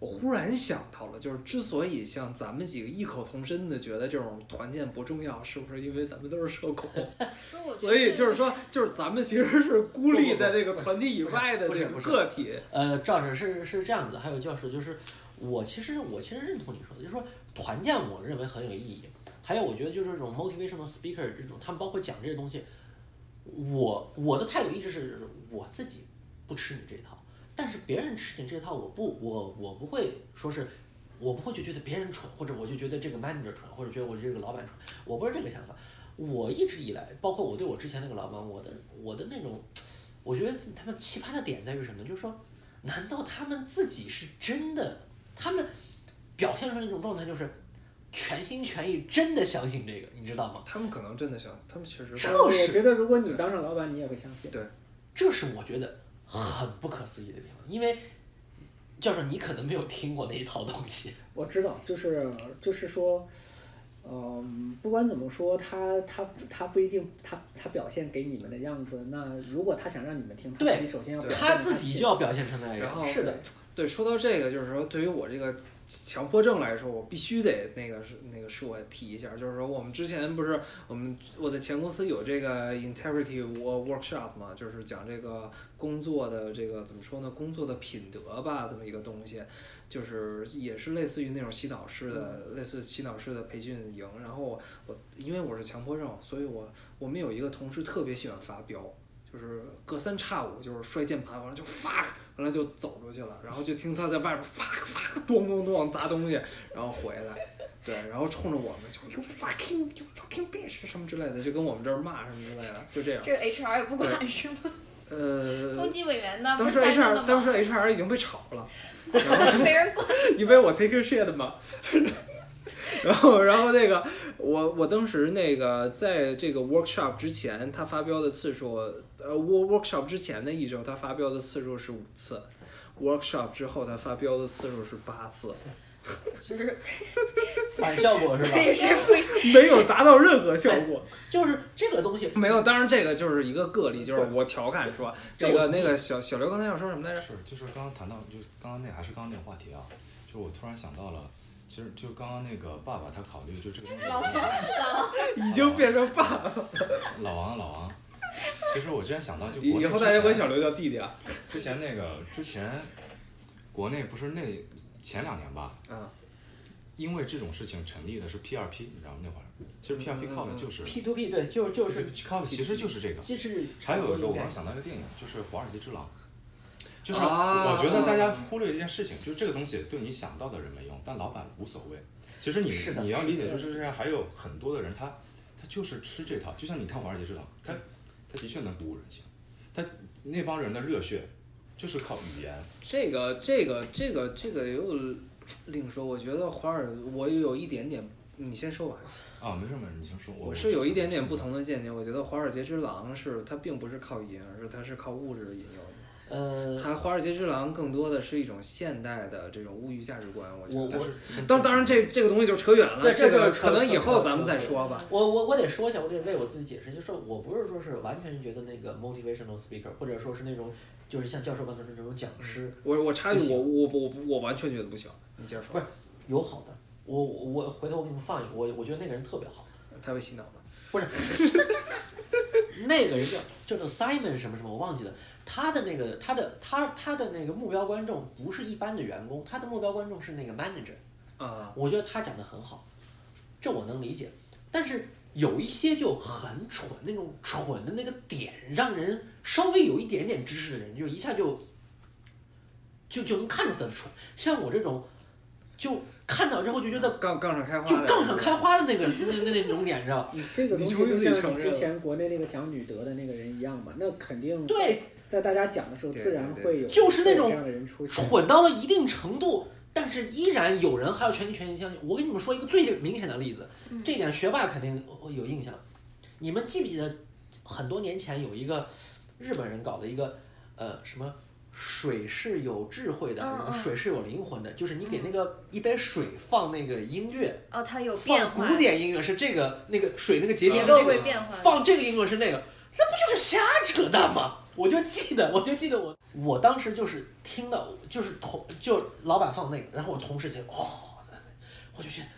Speaker 1: 我忽然想到了，就是之所以像咱们几个异口同声的觉得这种团建不重要，是不是因为咱们都是社恐
Speaker 2: 我觉？ 得
Speaker 1: 所以就是说，就是咱们其实是孤立在这个团体以外的这个个体。
Speaker 6: 呃，赵老师是是这样子的，还有教授就是我其实我其实认同你说的，就是说团建我认为很有意义，还有我觉得就是这种 motivational speaker 这种，他们包括讲这些东西，我我的态度一直是我自己不吃你这一套，但是别人吃你这套，我不我我不会说是。我不会去觉得别人蠢，或者我就觉得这个 manager 蠢，或者觉得我这个老板蠢，我不是这个想法。我一直以来，包括我对我之前那个老板，我的我的那种，我觉得他们奇葩的点在于什么呢？就是说，难道他们自己是真的，他们表现出来那种状态就是全心全意，真的相信这个，你知道吗？
Speaker 1: 哦他们可能真的想，他们确实
Speaker 6: 这
Speaker 5: 我
Speaker 6: 是
Speaker 5: 觉得如果你当上老板，你也会相信。
Speaker 1: 对，
Speaker 6: 这是我觉得很不可思议的地方，因为教授你可能没有听过那一套东西。
Speaker 5: 我知道，就是就是说，嗯，不管怎么说，他他他不一定他他表现给你们的样子。那如果他想让嗯你们听，他自己首先要表现
Speaker 6: 他自己就要表现成那
Speaker 1: 然
Speaker 6: 样。
Speaker 1: 后
Speaker 6: 是 的，
Speaker 1: 对，说到这个，就是说对于我这个强迫症来说，我必须得那个是那个是我提一下，就是说我们之前不是我们我的前公司有这个 integrity wo- workshop 嘛，就是讲这个工作的这个怎么说呢，工作的品德吧，这么一个东西，就是也是类似于那种洗脑式的，
Speaker 6: 嗯
Speaker 1: 类似洗脑式的培训营。然后我我因为我是强迫症，所以我我们有一个同事特别喜欢发飙。就是隔三差五就是摔键盘，完了就 fuck，完了就走出去了，然后就听他在外面 fuck fuck 咚咚咚砸东西，然后回来，对，然后冲着我们就 you fucking you fucking bitch 什么之类的，就跟我们这儿骂什么之类的，就这样。
Speaker 7: 这 HR 也不管是吗？
Speaker 1: 呃，
Speaker 2: 风纪委员呢不
Speaker 1: 当
Speaker 2: 是
Speaker 1: 时
Speaker 2: 三个
Speaker 1: HR
Speaker 2: 的吗
Speaker 1: 当时 HR 已经被炒 了，然后
Speaker 7: 没人 管。
Speaker 1: 因为我 take a shit 嘛。 然后，然后那个，我我当时那个在这个 workshop 之前，他发飙的次数，呃，work workshop 之前的一周，他发飙的次数是五次，workshop 之后他发飙的次数是八次，
Speaker 7: 就是
Speaker 6: 反效果是吧
Speaker 7: 所？以是不
Speaker 1: 没有达到任何效果。
Speaker 6: 就是这个东西，
Speaker 1: 没有，当然这个就是一个个例，就是我调侃说，那个那个小小刘刚才要说什么来着？
Speaker 4: 是，就是刚刚谈到，就是刚刚那还是刚刚那个话题啊，就是我突然想到了，其实就刚刚那个爸爸他考虑就这个东西
Speaker 1: 已经变成爸爸了。
Speaker 4: 老王老王，其实我之前想到就
Speaker 1: 以
Speaker 4: 国
Speaker 1: 以
Speaker 4: 内
Speaker 1: 后
Speaker 4: 之
Speaker 1: 大家管
Speaker 4: 前
Speaker 1: 小刘叫弟弟啊。
Speaker 4: 之前那个之前国内不是那前两年 吧，
Speaker 1: 啊，
Speaker 4: 因为这种事情成立的是 P 二 P，你知道吗？那会儿其
Speaker 6: 嗯
Speaker 4: 实 P 二 P 靠的就是
Speaker 6: P to P，对就就是
Speaker 4: 靠的其实就是这个，
Speaker 6: 其实
Speaker 4: 还有一个
Speaker 6: 有
Speaker 4: 我
Speaker 6: 点
Speaker 4: 刚想到一个电影，就是《华尔街之狼》。就是
Speaker 1: 啊
Speaker 4: 我觉得大家
Speaker 6: 嗯
Speaker 4: 忽略一件事情，就是这个东西对你想到的人没用，但老板无所谓。其实你
Speaker 6: 是的
Speaker 4: 你要理解，就是这样，还有很多的人他他就是吃这套，就像你看《华尔街之狼》，他他的确能鼓舞人心，他那帮人的热血就是靠语言。
Speaker 1: 这个这个这个这个又另说，我觉得华尔我有一点点，你先说完。
Speaker 4: 啊，没事没事，你先说。我
Speaker 1: 我是有一点点不同
Speaker 4: 的。
Speaker 1: 的见解，我觉得《华尔街之狼》是它并不是靠语言，而是它是靠物质引诱你。
Speaker 6: 呃
Speaker 1: 它《华尔街之狼》更多的是一种现代的这种物欲价值观，我觉
Speaker 6: 我
Speaker 1: 得
Speaker 6: 我
Speaker 1: 它是。当当然这这个东西就扯远了，
Speaker 6: 对，
Speaker 1: 这
Speaker 6: 这
Speaker 1: 个
Speaker 6: 是
Speaker 1: 可能
Speaker 6: 扯
Speaker 1: 以后
Speaker 6: 扯
Speaker 1: 咱们
Speaker 6: 扯
Speaker 1: 再
Speaker 6: 扯
Speaker 1: 说吧。
Speaker 6: 我我我得说一下，我得为我自己解释，就是我不是说是完全觉得那个 motivational speaker，或者说是那种就是像教授刚才说的那种讲师，
Speaker 1: 我我插一
Speaker 6: 不
Speaker 1: 句，
Speaker 6: 行
Speaker 1: 我我我我完全觉得不行，你接着
Speaker 6: 不
Speaker 1: 说
Speaker 6: 是。有好的，我我我回头我给你们放一个，我我觉得那个人特别好，
Speaker 1: 他被洗脑了。
Speaker 6: 不是，那个人叫叫做 Simon 什么什么，我忘记了。他的那个他的他他的那个目标观众不是一般的员工，他的目标观众是那个 manager。
Speaker 1: 啊
Speaker 6: 我觉得他讲的很好，这我能理解。但是有一些就很蠢，那种蠢的那个点，让人稍微有一点点知识的人，就一下就就就能看出他的蠢。像我这种，就看到之后就觉得
Speaker 1: 杠杠上开花
Speaker 6: 就
Speaker 1: 的
Speaker 6: 杠上开花的那个那那那种脸，你知道？
Speaker 5: 你这个
Speaker 1: 你
Speaker 5: 东西
Speaker 1: 终于
Speaker 5: 就
Speaker 1: 自己
Speaker 5: 像
Speaker 1: 承
Speaker 5: 你
Speaker 1: 认
Speaker 5: 之
Speaker 1: 了
Speaker 5: 前国内那个讲女德的那个人一样嘛，那肯定
Speaker 6: 对，
Speaker 5: 在大家讲的时候
Speaker 1: 对
Speaker 5: 自
Speaker 1: 对
Speaker 5: 然
Speaker 1: 对
Speaker 5: 会有
Speaker 6: 就是
Speaker 5: 会
Speaker 6: 那
Speaker 5: 有
Speaker 6: 种
Speaker 5: 这样的人出现。
Speaker 6: 蠢到了一定程度，但是依然有人还要全心全意相信。我给你们说一个最明显的例子，
Speaker 7: 嗯
Speaker 6: 这一点学霸肯定呃有印象。你们记不记得很多年前有一个日本人搞的一个呃什么？水是有智慧的，
Speaker 7: 嗯嗯嗯
Speaker 6: 水是有灵魂的，就是你给那个一杯水放那个音乐，
Speaker 7: 哦它有
Speaker 6: 放
Speaker 7: 变化
Speaker 6: 古典音乐是这个那个水那个节
Speaker 7: 结
Speaker 6: 节
Speaker 7: 构
Speaker 6: 那个
Speaker 7: 会变化的
Speaker 6: 放哦这个英文是那个，那不就是瞎扯淡吗？我就记得，我 就记得我我当时就是听到，就是同就老板放那个，然后我同事就哦，在那我就觉得，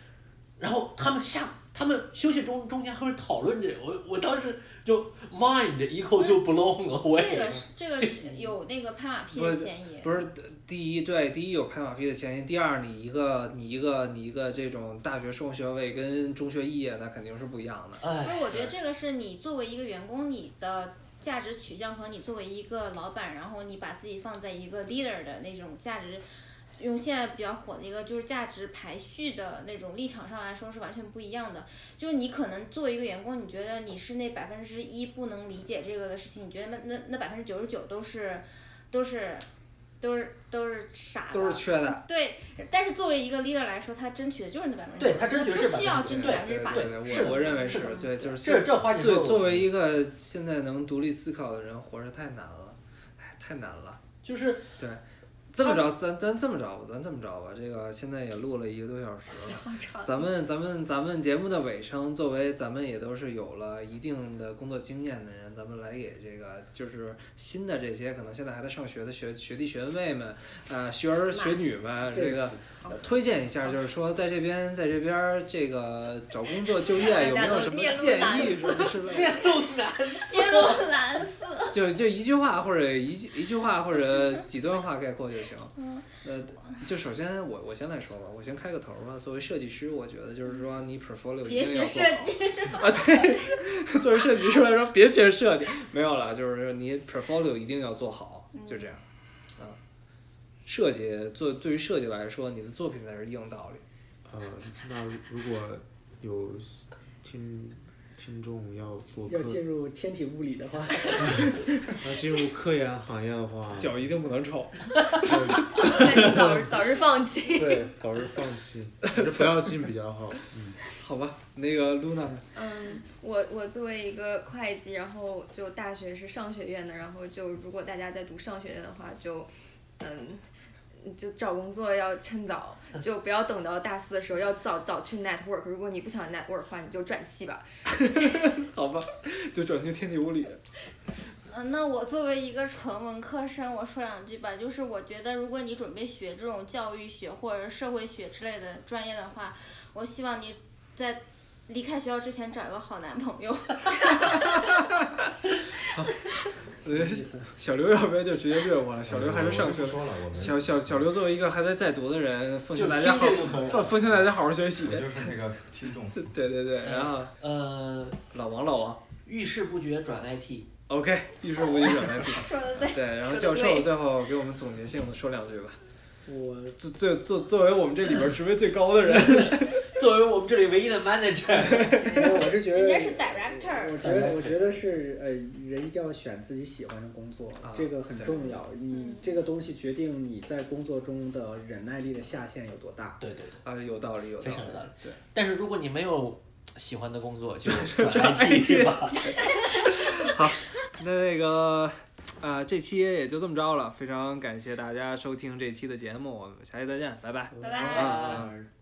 Speaker 6: 然后他们下他们休息中中间还会讨论这个，我我当时就 mind equal 就 blown 了，我也
Speaker 2: 嗯这个是这个 有那个拍马屁
Speaker 1: 不
Speaker 2: 的
Speaker 1: 是
Speaker 2: 嫌疑。
Speaker 1: 不是，第一对，第一有拍马屁的嫌疑，第二你一个你一个你一个这种大学生学位跟中学肄业那肯定是不一样的。
Speaker 2: 不是，
Speaker 6: 哎，
Speaker 2: 我觉得这个是你作为一个员工，你的价值取向和你作为一个老板，然后你把自己放在一个 leader 的那种价值，用现在比较火的一个就是价值排序的那种立场上来说是完全不一样的。就是你可能作为一个员工，你觉得你是那百分之一不能理解这个的事情，你觉得那那那百分之九十九都是都是。都是都是傻的，
Speaker 1: 都是缺的
Speaker 2: 对，但是作为一个 leader 来说，他争取的就是那百分之，
Speaker 6: 对他争取的是
Speaker 2: 不需要
Speaker 6: 100%
Speaker 2: 争取
Speaker 6: 对
Speaker 2: 百分之百，
Speaker 1: 对对，
Speaker 6: 是的
Speaker 1: 我我认为
Speaker 6: 是的
Speaker 1: 对，就是
Speaker 6: 这这话你说
Speaker 1: 对
Speaker 6: 的我
Speaker 1: 作
Speaker 6: 同
Speaker 1: 为
Speaker 6: 意
Speaker 1: 一个现在能独立思考的人，活着太难了，哎，太难了。
Speaker 6: 就是
Speaker 1: 对，这么着，咱咱这么着吧，咱这么着吧，这个现在也录了一个多小时了
Speaker 7: 长，
Speaker 1: 咱们咱们咱们节目的尾声，作为咱们也都是有了一定的工作经验的人，咱们来给这个就是新的这些可能现在还在上学的学学弟学妹们，呃，学儿学女们，这个呃推荐一下，就是说在这边在这边儿这个找工作就业有没有什么建议是不是？
Speaker 2: 揭露蓝色。
Speaker 1: 就就一句话或者一句一句话或者几段话概括就 行。
Speaker 2: 嗯
Speaker 1: 呃，就首先我我先来说吧，我先开个头吧。作为设计师，我觉得就是说你 portfolio 一
Speaker 2: 别
Speaker 1: 定要
Speaker 2: 学
Speaker 1: 做好
Speaker 2: 设计
Speaker 1: 啊，对， 作为设计师来说，别学设计，没有了，就是说你 portfolio 一定要做好，就这样。啊，
Speaker 2: 嗯
Speaker 1: 设计做对于设计来说，你的作品才是硬道理。
Speaker 8: 呃，那如果有听听众要做科
Speaker 5: 要，进入天体物理的 话，
Speaker 8: 要啊进入科研行业的话，
Speaker 1: 脚一定不能 臭。
Speaker 7: 那就早日早日放弃。
Speaker 8: 对，早日放弃，还是不要进比较好。嗯，
Speaker 1: 好吧，那个 Luna 呢？
Speaker 7: 嗯，我我作为一个会计，然后就大学是商学院的，然后就如果大家在读商学院的话，就嗯。就找工作要趁早，就不要等到大四的时候，要早早去 network。如果你不想 network 的话，你就转系吧。
Speaker 1: 好吧，就转去天体物理。
Speaker 2: 嗯，那我作为一个纯文科生，我说两句吧，就是我觉得如果你准备学这种教育学或者社会学之类的专业的话，我希望你在离开学校之前找一个好男朋友。
Speaker 1: 呃， 小刘要不要就直接略过了？小刘还是上学
Speaker 4: 我就哎不说了我。们
Speaker 1: 小小小刘作为一个还在在读的人，奉劝
Speaker 6: 就
Speaker 1: 大家
Speaker 6: 听
Speaker 1: 好
Speaker 6: 这个好，
Speaker 1: 奉奉劝大家好好学习
Speaker 4: 我。就是那个听众。
Speaker 1: 对对对，然后
Speaker 6: 呃，
Speaker 1: 老王老王
Speaker 6: 遇事不决转 IT。
Speaker 1: ，OK，一说无一转来
Speaker 2: 说得对
Speaker 1: 对，然后
Speaker 7: 说得
Speaker 1: 教授
Speaker 7: 对
Speaker 1: 最后给我们总结性的说两句吧。
Speaker 5: 我
Speaker 1: 作作作作为我们这里边儿职位最高的人，
Speaker 6: 作为我们这里唯一的 manager，
Speaker 5: 我是觉得
Speaker 2: 人家是 director
Speaker 5: 我觉得我觉得是呃，人一定要选自己喜欢的工作，
Speaker 1: 啊
Speaker 5: 这个很重要。你这个东西决定你在工作中的忍耐力的下限有多大。
Speaker 6: 对对
Speaker 1: 啊，有道理有道理，
Speaker 6: 非常有道理。
Speaker 1: 对。
Speaker 6: 但是如果你没有喜欢的工作，就转 IT 去吧。
Speaker 1: 好，那那个啊、这期也就这么着了，非常感谢大家收听这期的节目，我们下期再见，拜拜，
Speaker 2: 拜拜
Speaker 1: 啊。啊啊